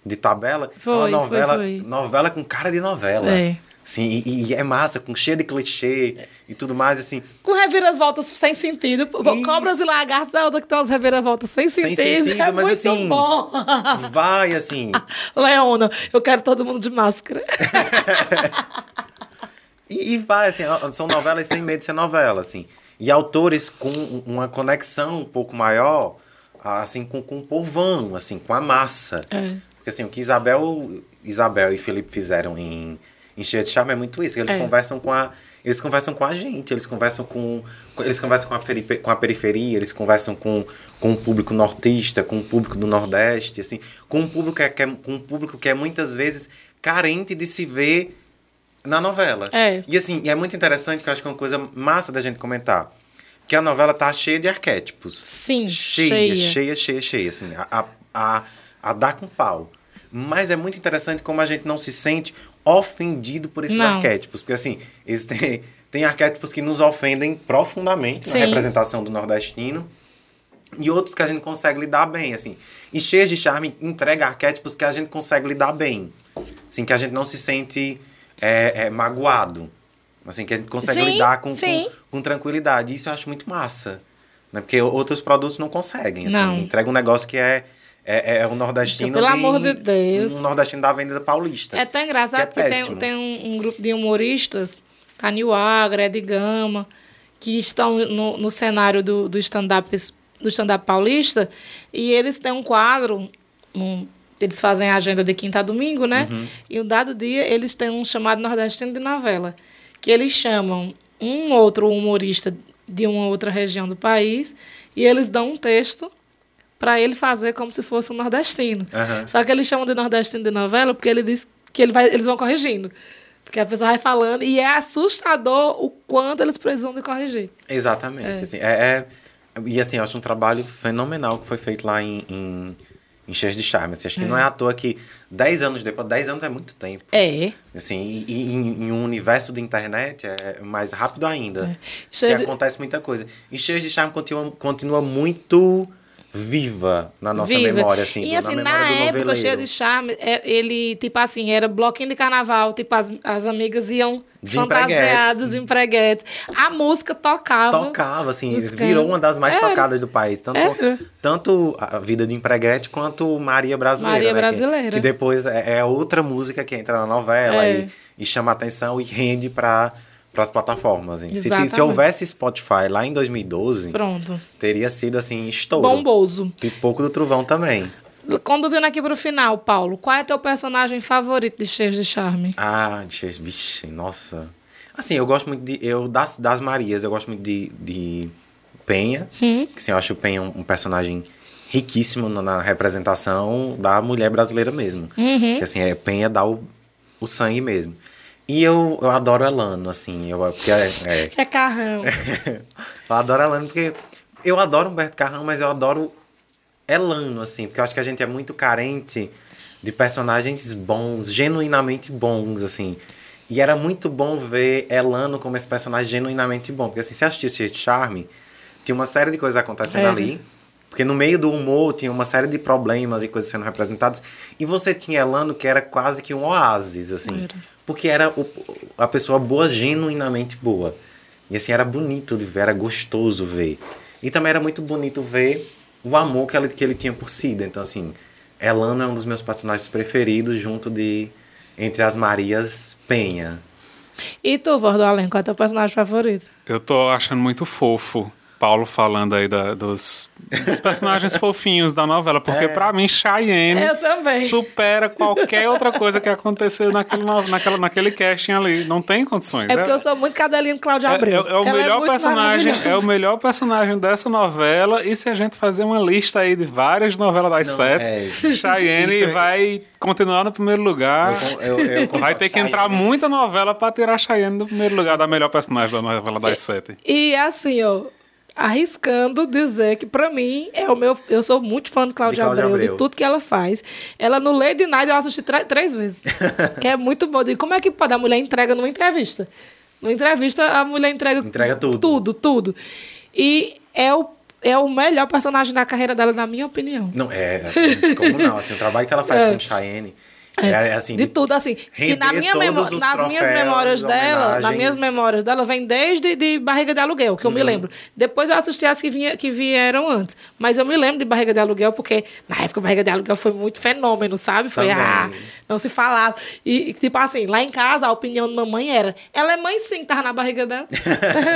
de tabela. é uma Foi, novela, foi, foi. novela com cara de novela. É. Sim, e, e é massa, com cheia de clichê e tudo mais, assim. Com reviravoltas sem sentido. Isso. Cobras e lagartos é outra que tem umas reviravoltas sem Sem sentido. sentido, é mas muito assim- bom. <laughs> Vai, assim. Leona, eu quero todo mundo de máscara. E, e vai, assim, ó, são novelas sem medo de ser novela, assim. E autores com um- uma conexão um pouco maior, ah, assim, com, com o povão, assim, com a massa. É. Porque, assim, o que Isabel, Isabel e Felipe fizeram em, em Cheia de Charme é muito isso. que Eles É. conversam com a... Eles conversam com a gente, eles conversam com, com- eles conversam com a, perife- com a periferia, eles conversam com, com o público nortista, com o público do Nordeste, assim, com um público que é- que é, com um público que é muitas vezes carente de se ver na novela. É. E assim, e é muito interessante que eu acho que é uma coisa massa da gente comentar. Que a novela tá cheia de arquétipos. Sim, Cheia, cheia. cheia, cheia, cheia. Assim, a, a, a, a dar com pau. Mas é muito interessante como a gente não se sente ofendido por esses Não. arquétipos. Porque assim, existem, <laughs> tem arquétipos que nos ofendem profundamente Sim. na representação do nordestino. E outros que a gente consegue lidar bem, assim. E Cheias de Charme entrega arquétipos que a gente consegue lidar bem. Assim, que a gente não se sente é, é, magoado. Assim, que a gente consegue Sim, lidar com, com, sim. com tranquilidade. Isso eu acho muito massa. Né? Porque o- outros produtos não conseguem. Assim, Não. Entrega um negócio que é, é, é um nordestino... Pelo amor de Deus. Um nordestino da Avenida Paulista. É tão engraçado que que, é tem, péssimo. tem um, um grupo de humoristas, Caniwagra, Ed Gama, que estão no, no cenário do, do stand-up do stand paulista, e eles têm um quadro, um- eles fazem a agenda de quinta a domingo, né? Uhum. E um dado dia eles têm um chamado nordestino de novela, que eles chamam um outro humorista de uma outra região do país, e eles dão um texto para ele fazer como se fosse um nordestino. Aham. Só que eles chamam de nordestino de novela porque ele diz que ele vai, eles vão corrigindo. Porque a pessoa vai falando e é assustador o quanto eles precisam de corrigir. Exatamente. assim, é- é- e assim, eu acho um trabalho fenomenal que foi feito lá em, em, em Cheias de Charme. assim, acho que não é à toa que 10 anos depois, 10 anos é muito tempo. É. Assim, e, e em, em um universo de internet é mais rápido ainda. Cheias Porque de- acontece muita coisa. E Cheias de Charme continua, continua muito viva na nossa memória, assim. e do- assim, na na, memória do época, noveleiro. cheia de charme, é- ele, tipo assim, era bloquinho de carnaval, tipo, as, as amigas iam De empreguetes. fantasiadas, de empreguetes. A música tocava. tocava, assim, Nos virou uma das mais cantos. Era. tocadas do país. Tanto, Era. tanto a vida de empreguete quanto Maria Brasileira. Maria né, que- Brasileira. Que, depois é, é outra música que entra na novela É. e, e chama atenção e rende pra, para as plataformas. hein? Se, ti- Exatamente. se houvesse Spotify lá em 2012, Pronto. teria sido assim, estouro. Bomboso. Pipoco do Trovão também. Conduzindo aqui pro final, Paulo, qual é teu personagem favorito de Cheios de Charme? Ah, de- vixe, nossa. Assim, eu gosto muito de. Eu, das, das Marias, eu gosto muito de, de Penha. Que assim, eu acho o Penha um, um personagem riquíssimo na, na representação da mulher brasileira mesmo. Que assim, é, Penha dá o, o sangue mesmo. E eu, eu adoro Elano, assim. Eu, porque é- é, É carrão. eu adoro Elano porque eu adoro Humberto Carrão, mas eu adoro Elano, assim, porque eu acho que a gente é muito carente de personagens bons, genuinamente bons, assim. E era muito bom ver Elano como esse personagem genuinamente bom, porque assim, se assistisse Cheio de Charme, tinha uma série de coisas acontecendo Sério? ali. Porque no meio do humor tinha uma série de problemas e coisas sendo representadas. E você tinha Elano que era quase que um oásis, assim. Era. Porque era o- a pessoa boa, genuinamente boa. E assim, era bonito de ver, era gostoso ver. E também era muito bonito ver o amor que, ela, que ele tinha por Cida. Então, assim, Elano é um dos meus personagens preferidos, junto de Entre as Marias Penha. E tu, Vordalen, qual é teu personagem favorito? Eu tô achando muito fofo Paulo falando aí da- dos, dos personagens fofinhos da novela, porque pra mim Cheyenne Eu também. supera qualquer outra coisa que aconteceu naquele, no- naquela, naquele casting ali. Não tem condições. É porque eu sou muito cadelinha do Cláudio É, Abreu. é- é o Ela melhor muito personagem, maravilhosa. é o melhor personagem dessa novela. E se a gente fazer uma lista aí de várias novelas das Não, sete, é. Cheyenne Isso é- vai continuar no primeiro lugar. Eu- eu- eu- Vai ter que entrar muita novela pra tirar Cheyenne do primeiro lugar da melhor personagem da novela das sete. E assim, ó, arriscando dizer que pra mim é o meu. Eu sou muito fã do Cláudia, De Cláudia Abreu, de Abreu. tudo que ela faz. Ela no Lady Night eu assisti tre- três <laughs> vezes. que é muito bom. Eu digo, como é que pode? A mulher entrega numa entrevista. Numa entrevista, a mulher entrega, Entrega tudo. Tudo, tudo. E é o, é o melhor personagem da carreira dela, na minha opinião. Não, é, é descomunal. assim, o trabalho que ela faz É. com Cheyenne é, é, assim. de tudo assim que na render minha todos memo- os nas minhas troféus, memórias dela nas homenagens. Uhum. minhas memórias dela vem desde de barriga de aluguel que eu me lembro depois eu assisti as que vinha, que vieram antes mas eu me lembro de barriga de aluguel porque na época barriga de aluguel foi muito fenômeno sabe foi Também. ah não se falava e e, tipo assim lá em casa a opinião da mamãe era ela é mãe sim que tava na barriga <laughs> dela <laughs>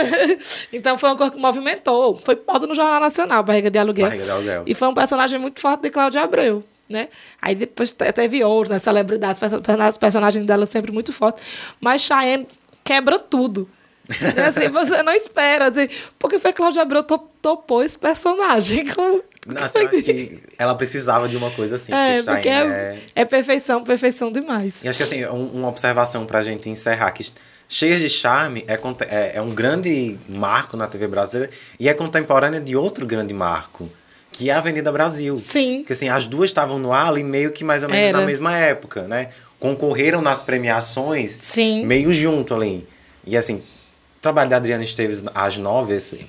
então foi uma coisa que movimentou foi porta no jornal nacional barriga de aluguel Barriga de Aluguel. e foi um personagem muito forte de Cláudia Abreu, né? Aí depois te- teve outros, né? Celebridades, perso- perso- os personagens dela sempre muito fortes. Mas Cheyenne quebra tudo. E assim, você não espera. Assim, porque foi que Cláudia Abreu to- topou esse personagem. <laughs> Como, Nossa, eu acho que ela precisava de uma coisa assim. é, porque porque Cheyenne é, é... é perfeição, perfeição demais. E acho que assim, um- uma observação pra gente encerrar, que Cheias de Charme é, conte- é, é um grande marco na TV brasileira e é contemporânea de outro grande marco, que é a Avenida Brasil. Sim. Porque assim, as duas estavam no ar ali meio que mais ou menos Era. na mesma época, né? Concorreram nas premiações Sim. meio junto ali. E assim, o trabalho da Adriana Esteves às nove, assim,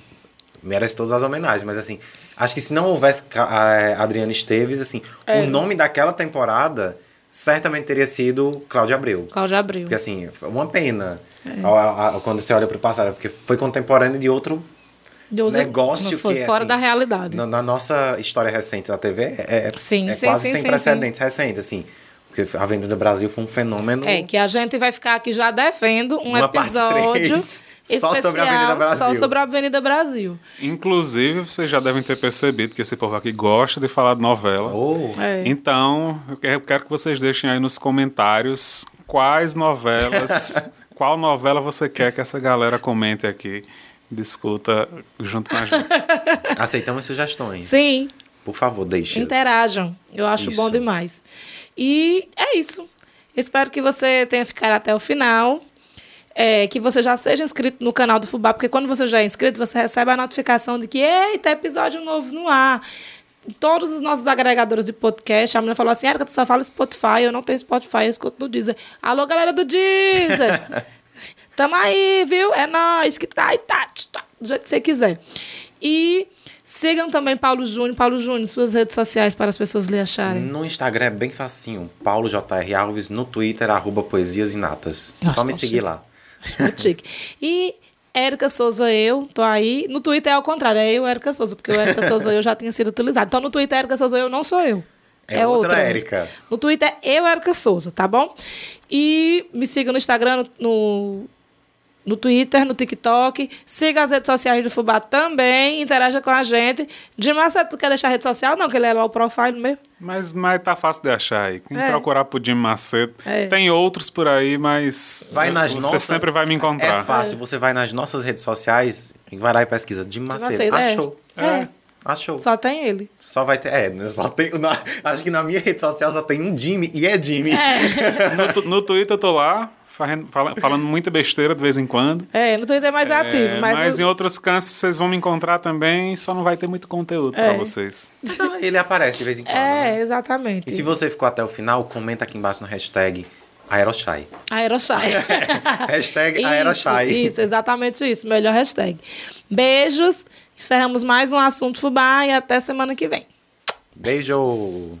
merece todas as homenagens, mas assim, acho que se não houvesse ca- a eh, Adriana Esteves, assim, É. o nome daquela temporada certamente teria sido Cláudia Abreu. Cláudia Abreu. Porque assim, foi uma pena É. a- a- quando você olha pro passado, porque foi contemporâneo de outro De outro- negócio não, foi que é, fora assim, da realidade. Na, na nossa história recente da TV, é, é- Sim, é sim, quase sim, sem sim, precedentes recentes, assim. Porque a Avenida Brasil foi um fenômeno. É, que a gente vai ficar aqui já defendo um Uma parte episódio três, <laughs> só sobre a Avenida especial Só Brasil. sobre a Avenida Brasil. Inclusive, vocês já devem ter percebido que esse povo aqui gosta de falar de novela. Oh, É. Então, eu que- eu quero que vocês deixem aí nos comentários quais <laughs> novelas, qual novela você quer que essa galera comente aqui, discuta junto com a gente. <laughs> Aceitamos sugestões. Sim. Por favor, deixe. Interajam. Eu acho Isso. bom demais. E é isso. Espero que você tenha ficado até o final. É, que você já seja inscrito no canal do Fubá, porque quando você já é inscrito, você recebe a notificação de que, eita, episódio novo no ar. Todos os nossos agregadores de podcast, a menina falou assim, Erika, tu só fala Spotify, eu não tenho Spotify, eu escuto no Deezer. Alô, galera do Deezer! Tamo aí, viu? É nóis, que tá e tá, tch, tá, do jeito que você quiser. E sigam também Paulo Júnior. Paulo Júnior, suas redes sociais para as pessoas lhe acharem. No Instagram é bem facinho. Paulo JR Alves. No Twitter, arroba poesias e natas. Nossa, Só me tá seguir chique. lá. Muito chique. Tipo, E Érica Souza, eu, tô aí. No Twitter é ao contrário, é eu, Érica Souza, porque o Érica Souza, eu já tinha sido utilizado. Então no Twitter, Érica Souza, eu não sou eu. É É, outra outra. Érica. No Twitter, eu, Érica Souza, tá bom? E me siga no Instagram, no- no no Twitter, no TikTok. Siga as redes sociais do Fubá também. Interaja com a gente. De massa, tu quer deixar a rede social? Não, que ele é lá o profile mesmo. Mas, mas tá fácil de achar aí. Quem É. procurar por Jim Macedo. É. Tem outros por aí, mas Vai nas você nossas- sempre vai me É encontrar. fácil, você vai nas nossas redes sociais e vai lá e pesquisa. De Macedo. Macedo, é. Achou. É. Achou. Só... Só tem ele. vai ter. É, né, só tem. na- acho que na minha rede social só tem um Jimmy e é Jimmy. No, tu- no Twitter eu tô lá, farren- fala- falando muita besteira de vez em quando. É, no Twitter é mais É, ativo, mas, mas no- em outros cantos vocês vão me encontrar também, só não vai ter muito conteúdo É. pra vocês. Então, ele aparece de vez em quando. né? É, exatamente. E se você ficou até o final, comenta aqui embaixo no hashtag Aeroshai. Aerochai. <laughs> Hashtag Isso, Aerochai. Isso, exatamente isso. Melhor hashtag. Beijos. Encerramos mais um assunto fubá e até semana que vem. Beijo!